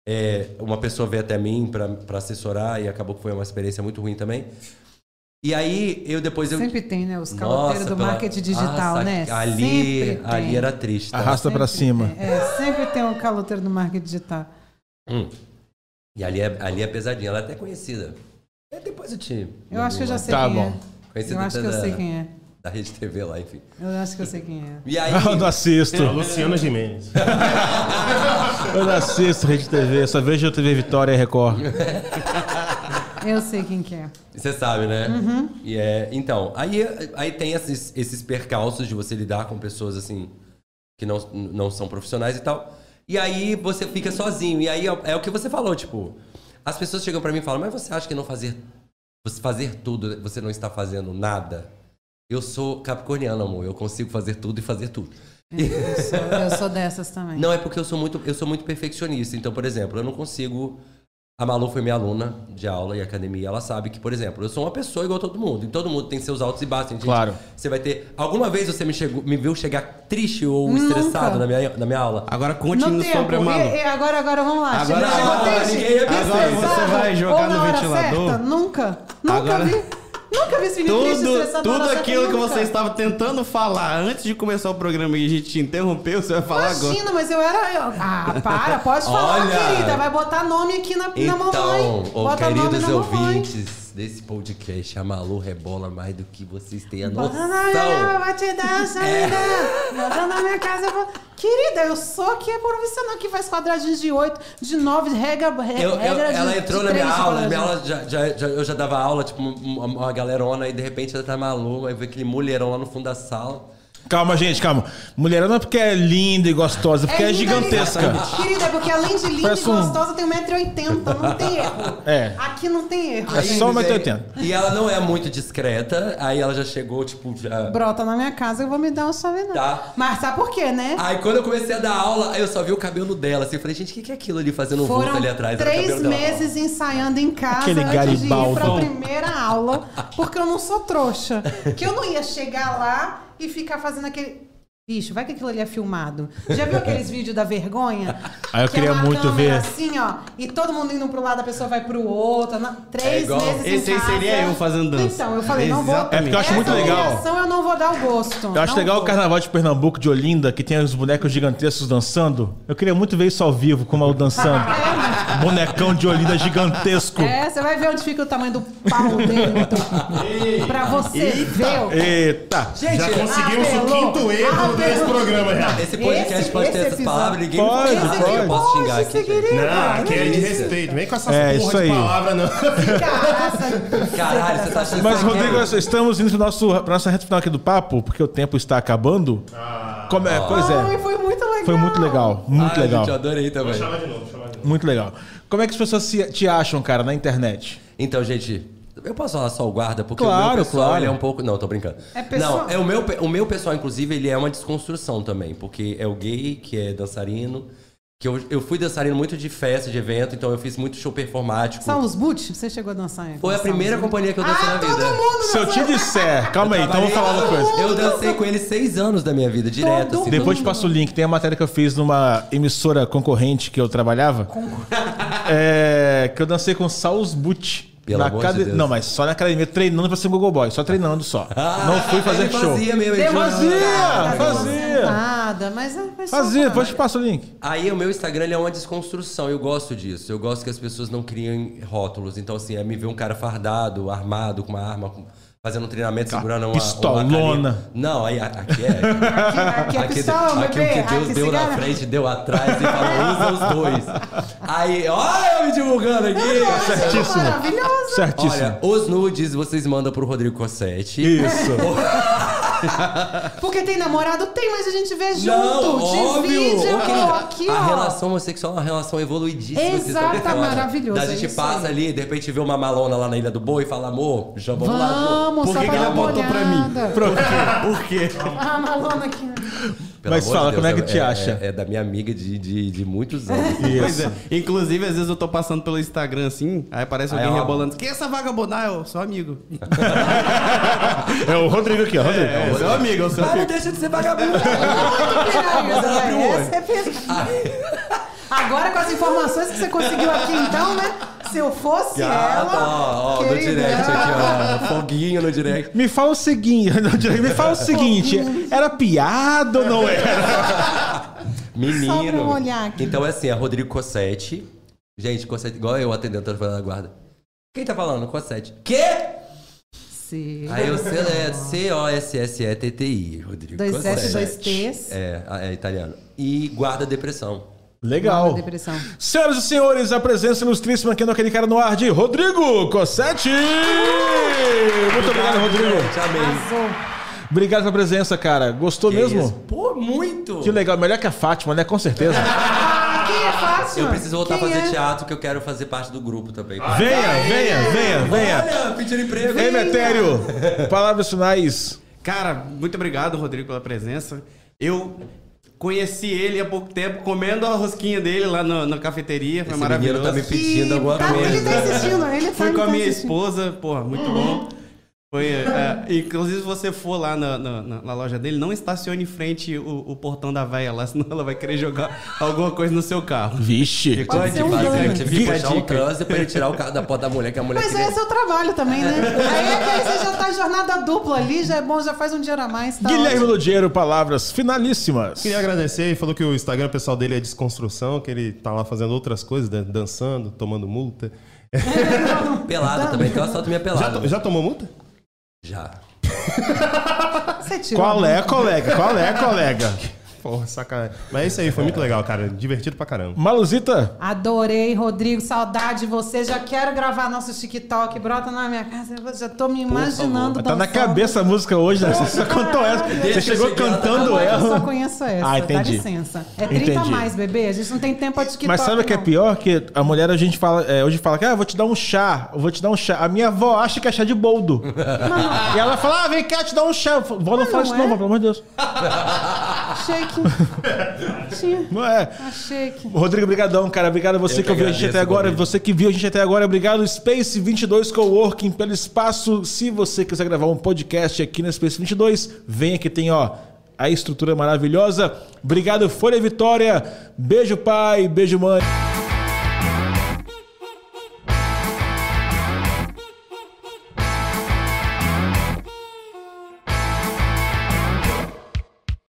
S5: é, uma pessoa veio até mim pra pra assessorar e acabou que foi uma experiência muito ruim também. E aí eu depois eu
S3: Sempre tem, né? Os caloteiros
S5: Nossa,
S3: do
S5: pela-
S3: marketing digital,
S5: Nossa,
S3: né? Sempre
S5: Ali,
S3: tem.
S5: ali era triste. tá?
S2: Arrasta pra
S3: Sempre
S2: cima.
S3: tem. É, sempre tem um caloteiro do marketing digital.
S5: Hum. E ali é, ali é pesadinha, ela é até conhecida. É, depois eu te.
S3: Eu acho que eu já sei
S2: Tá
S3: quem
S2: bom.
S3: é.
S5: Conhecida
S3: Eu acho que eu
S5: da-
S3: sei quem é.
S5: Da Rede TV lá, enfim.
S3: Eu acho que eu sei quem é.
S5: E aí.
S2: Eu não assisto.
S6: Luciana Jimenez.
S2: Eu não assisto Rede TV. Só vejo TV Vitória e Record.
S3: Eu sei quem que é.
S5: Você sabe, né? E é, então, aí, aí tem esses, esses percalços de você lidar com pessoas assim que não, não são profissionais e tal. E aí você fica sozinho. E aí é, o- é o que você falou, tipo, as pessoas chegam pra mim e falam: "Mas você acha que não fazer você fazer tudo, você não está fazendo nada?" Eu sou capricorniano, amor. Eu consigo fazer tudo e fazer tudo.
S3: Eu sou, eu sou dessas também.
S5: Não, é porque eu sou muito, eu sou muito perfeccionista. Então, por exemplo, eu não consigo. A Malu foi minha aluna de aula e academia. Ela sabe que, por exemplo, eu sou uma pessoa igual a todo mundo. E todo mundo tem seus altos e baixos. Tem gente-
S2: Claro.
S5: Você vai ter. Alguma vez você me, chegou, me viu chegar triste ou estressado na minha, na minha aula?
S4: Agora
S3: No
S4: conte-nos um sobre a
S3: tempo,
S4: Malu.
S3: e, e agora, agora, vamos lá.
S4: Agora-
S3: Chega- chegou
S5: Agora
S3: triste,
S5: ninguém é
S4: agora
S3: estressado,
S4: você vai jogar
S3: ou na
S4: no
S3: hora
S4: ventilador?
S3: certa. Nunca, nunca
S4: Agora-
S3: vi. Nunca vi esse menino triste,
S4: Tudo,
S3: estressado na
S4: tudo
S3: hora certa,
S4: aquilo que
S3: nunca.
S4: você estava tentando falar antes de começar o programa e a gente te interrompeu, você vai falar agora.
S3: Imagina, mas eu era. eu- Ah, para, pode falar,
S5: Olha.
S3: querida. Vai botar nome aqui na, na mamãe.
S5: Então, ô,
S3: Bota nome
S5: queridos
S3: na mamãe.
S5: ouvintes desse podcast, a Malu rebola mais do que vocês têm a
S3: Bota
S5: noção.
S3: na minha, vou te dar saída. Bota na minha casa. eu vou- Querida, eu sou que é profissional que faz quadradinhos de 8, de 9, regra, regra
S5: Eu- eu-
S3: É, de
S5: ela entrou na minha
S3: três né?
S5: aula, na minha
S3: quadradinhos.
S5: aula já, já- já- eu já dava aula, tipo, uma, uma galerona, e de repente ela tá maluca, aí vê aquele mulherão lá no fundo da sala.
S2: Calma, gente, calma. Mulherão não é porque é linda e gostosa, é porque é,
S3: linda,
S2: gigantesca.
S3: linda. Querida, é porque além de linda
S2: Parece
S3: e
S2: um-
S3: gostosa, tem 1,80m. Não tem erro.
S2: É.
S3: Aqui não tem erro.
S2: É só
S5: Aí,
S2: 1,80m.
S5: E ela não é muito discreta, aí ela já chegou, tipo, já.
S3: Brota na minha casa, eu vou me dar um sorvete.
S5: Tá.
S3: Mas sabe por quê, né?
S5: Aí quando eu comecei a dar aula, aí eu só vi o cabelo dela, assim, eu falei, gente, o que, que é aquilo ali fazendo um vulto
S3: Foram
S5: ali atrás? Era o
S3: três
S5: cabelo dela.
S3: meses ensaiando em casa
S2: Aquele
S3: antes de ir pra
S2: Garibaldo.
S3: primeira aula, porque eu não sou trouxa. Que eu não ia chegar lá e ficar fazendo aquele. Bicho, vai que aquilo ali é filmado. Já viu aqueles vídeos da vergonha?
S2: Ah, eu
S3: Que é
S2: queria
S3: uma
S2: muito ver.
S3: câmera Assim, ó, e todo mundo indo pro lado, a pessoa vai pro outro. na-
S5: É
S3: Três
S5: igual-
S3: meses em
S4: Esse aí
S3: casa.
S4: seria eu fazendo dança.
S3: Então, eu falei, não vou.
S4: Exatamente.
S2: É porque eu acho muito
S3: Essa
S2: legal.
S3: humilhação eu não vou dar o gosto.
S2: Eu acho
S3: Não
S2: legal
S3: vou. É,
S2: o carnaval de Pernambuco, de Olinda, que tem os bonecos gigantescos dançando. Eu queria muito ver isso ao vivo, como é o dançando. Bonecão de Olinda gigantesco.
S3: É, você vai ver onde fica o tamanho do pau dele. então. pra você ver. o-
S2: Eita!
S6: Já conseguimos o
S3: apelou.
S6: um quinto erro
S3: Apelou.
S6: desse programa, já.
S5: Esse podcast
S3: Esse-
S5: pode
S3: esse
S5: ter essas
S3: episódio.
S5: palavras, ninguém
S2: Pode,
S5: me fala,
S2: pode.
S5: eu posso
S3: Pode,
S5: xingar aqui. gente.
S3: Seguirinho,
S6: Não,
S3: cara.
S6: aqui é de
S5: isso.
S6: respeito. Vem com essas
S2: É, isso
S6: porra
S2: aí.
S6: de palavra, não.
S3: Caraca.
S5: Caralho, você tá achando
S2: Mas,
S5: que
S3: é?
S5: eu
S2: Rodrigo, é
S5: quero?
S2: estamos indo para nosso, pra nossa reta final aqui do papo, porque o tempo está acabando.
S3: Ah.
S2: Como é? Pois
S3: Ai,
S2: é.
S3: foi muito legal.
S2: Foi muito legal, muito
S5: Ai,
S2: legal,
S5: Gente, eu adorei também.
S6: Chama de novo, chama de novo.
S2: muito legal. Como é que as pessoas se- te acham, cara, na internet?
S5: Então, gente, eu posso falar só o guarda, porque o
S2: Claro,
S5: meu pessoal
S2: claro.
S5: ele é um pouco. Não, tô brincando.
S3: É pessoal.
S5: Não, é o meu, pe- o meu pessoal, inclusive, ele é uma desconstrução também, porque é o gay, que é dançarino. Que eu, eu fui dançarino muito de festa, de evento, então eu fiz muito show performático.
S3: São os boot? Você chegou a dançar em
S5: Foi a
S3: São
S5: primeira
S3: os Boot?
S5: companhia que eu dancei
S3: Ah,
S5: na
S3: todo
S5: vida.
S3: mundo
S2: Se eu te disser, calma aí, então vamos falar uma coisa.
S5: Eu dancei com ele seis anos da minha vida, direto.
S3: Todo
S5: assim,
S2: Depois te
S5: todo-
S2: passo o link. Tem a matéria que eu fiz numa emissora concorrente que eu trabalhava. É, que eu dancei com Saus Butch.
S5: Pelo
S2: na
S5: amor de
S2: acade-
S5: Deus.
S2: Não, mas só na academia, treinando pra ser um Google Boy. Só treinando só.
S5: Ah,
S2: não fui fazer
S5: ele
S2: show.
S5: Fazia né? mesmo, ele
S2: Fazia,
S3: Cara,
S2: fazia.
S3: sentada, mas é- mas só
S2: Fazia,
S3: pra-
S2: depois te passo o link.
S5: Aí o meu Instagram ele é uma desconstrução, eu gosto disso. Eu gosto que as pessoas não criem rótulos. Então, assim, é me ver um cara fardado, armado, com uma arma, com- fazendo um treinamento, segurando uma. uma
S2: pistolona.
S5: carinha. não, aí a- aqui é.
S3: Aqui, aqui é pistola,
S5: aqui o
S3: bebê.
S5: que Deus
S3: aqui
S5: deu
S3: se
S5: na
S3: garante.
S5: frente, deu atrás e falou, usa os dois. Aí, olha eu me divulgando aqui.
S2: Certíssimo.
S3: Maravilhoso.
S2: Certíssimo.
S5: Olha, os nudes vocês mandam pro Rodrigo Cossetti.
S2: Isso.
S3: Porque tem namorado? Tem, mas a gente vê junto.
S5: Não, óbvio.
S3: divide,
S5: Ô,
S3: amor.
S5: querida,
S3: Aqui,
S5: a
S3: ó.
S5: relação homossexual é uma relação evoluidíssima. vocês
S3: Exata,
S5: estão vendo?
S3: maravilhoso,
S5: Da
S3: é
S5: gente
S3: isso
S5: passa
S3: aí.
S5: ali, de repente vê uma malona lá na Ilha do Boi e fala, amor, já vamos, lá. amor.
S3: Vamos,
S4: Por
S3: só
S4: que
S3: pra
S4: que
S3: dar
S4: ela
S3: uma
S4: botou pra mim?
S3: olhada.
S2: Pronto.
S4: Por quê?
S3: Ah, a malona aqui.
S5: Pelo
S2: Mas
S5: amor de
S2: fala, como é que
S5: eu-
S2: te acha?
S5: É, é da minha amiga de, de, de muitos anos.
S4: Pois
S2: Isso.
S4: é. Inclusive, às vezes eu tô passando pelo Instagram assim, aí aparece
S5: Aí
S4: alguém
S5: ela-
S4: rebolando. Que essa vagabunda? Ah, Eu sou amigo.
S2: É o Rodrigo aqui, ó. Rodrigo.
S4: É, seu amigo, eu sou
S5: Mas não
S4: amigo.
S5: deixa de ser vagabundo.
S3: Piranha,
S5: ela abriu o
S3: velho,
S5: olho.
S3: essa é pesada. Agora com as informações que você conseguiu aqui, então, né? Se eu fosse
S5: Ah,
S3: ela.
S5: tá, ó, no
S3: querida.
S5: direct aqui, ó. Foguinho no direct.
S2: Me fala o seguinte, me fala o seguinte, era piada ou não é? era?
S3: Só pra
S5: Menino.
S3: eu olhar aqui.
S5: Então é assim, é Rodrigo Cossetti. Gente, Cossetti, igual eu atendendo o telefone da guarda. Quem tá falando? Cossetti. Quê?
S3: Sim.
S5: Aí o selo é C-O-S-S-E-T-T-I, Rodrigo.
S3: Dois
S5: Cossetti.
S3: S, dois Ts.
S5: É, é italiano. E guarda depressão.
S2: Legal.
S3: Depressão.
S2: Senhoras e senhores, a presença ilustríssima aqui no Aquele Cara no Ar de Rodrigo Cossetti! Muito obrigado, Rodrigo.
S5: Te amei.
S3: Arrasou.
S2: Obrigado pela presença, cara. Gostou
S5: Que
S2: mesmo?
S5: isso? Pô, muito!
S2: Que legal. Melhor que a Fátima, né? Com certeza.
S3: Ah, quem é fácil?
S5: Eu preciso voltar
S3: Quem
S5: a fazer
S3: é?
S5: teatro, que eu quero fazer parte do grupo também.
S2: venha, venha, venha, venha.
S5: Olha, pedindo emprego.
S2: Ei, Metério, palavras finais.
S4: Cara, muito obrigado, Rodrigo, pela presença. Eu conheci ele há pouco tempo, comendo a rosquinha dele lá na, na cafeteria. Foi
S5: Esse menino
S4: maravilhoso.
S5: tá me pedindo
S3: Que
S5: alguma
S3: tá- ele tá
S5: coisa.
S3: insistindo, ele tá
S4: Fui com a
S3: tá
S4: minha
S3: insistindo.
S4: esposa, porra, muito bom. Foi, é, inclusive, se você for lá na, na- na- na loja dele, não estacione em frente o, o portão da véia lá, senão ela vai querer jogar alguma coisa no seu carro.
S2: Vixe.
S4: Ficou a
S3: ser um
S4: dica,
S3: dano.
S4: fica a
S5: Eu tive que
S4: dica.
S5: puxar um trânsito pra ele tirar o carro da porta da mulher, que a mulher
S3: Mas
S5: queria-
S3: aí é seu trabalho também, né? Aí, é que aí você já tá em jornada dupla ali, já é bom, já faz um dinheiro a mais. Tá
S2: Guilherme
S3: ótimo.
S2: Ludiero, palavras finalíssimas.
S6: Queria agradecer, ele falou que o Instagram pessoal dele é desconstrução, que ele tá lá fazendo outras coisas, dan- dançando, tomando multa.
S3: é
S5: Pelado também, então eu assalto minha
S6: Já,
S5: pelada.
S6: to- já tomou multa?
S5: Já.
S3: Você tirou.
S2: Qual é, colega? Qual é, colega?
S6: Porra, sacanagem. Mas é isso aí, foi muito legal, cara. Divertido pra caramba.
S2: Maluzita,
S3: Adorei, Rodrigo. Saudade de você. Já quero gravar nosso TikTok. Brota na minha casa. Eu já tô me imaginando.
S2: tá na
S3: dançando.
S2: cabeça a música hoje, né? Você só cantou essa. Você
S5: Deixa
S2: chegou
S5: eu chegar lá,
S2: cantando
S3: Não, Tá Eu só
S2: ela.
S3: conheço essa.
S2: Ah,
S3: Dá
S2: entendi.
S3: licença. É 30 a
S2: Entendi.
S3: mais, bebê. A gente não tem tempo pra TikTok.
S2: Mas sabe o que é
S3: não.
S2: pior? Que a mulher a gente fala, é, hoje fala que ah, eu vou te dar um chá, eu vou te dar um chá. A minha avó acha que é chá de boldo. E ela fala, ah, vem cá, eu te dar um chá. Eu falo, Vó, não
S3: Mas
S2: fala
S3: não
S2: isso não,
S3: é.
S2: vó, pelo amor de Deus.
S3: Achei que. Tinha.
S2: Não é.
S3: Achei que.
S2: Rodrigo, brigadão, cara. Obrigado a você
S5: Eu
S2: que ouviu a
S5: que
S2: gente até
S5: agradeço o
S2: agora.
S5: convite.
S2: Você que viu a gente até agora. Obrigado, Space 22 Coworking, pelo espaço. Se você quiser gravar um podcast aqui na Space 22, venha que tem, ó... a estrutura maravilhosa. Obrigado, Folha Vitória. Beijo, pai. Beijo, mãe.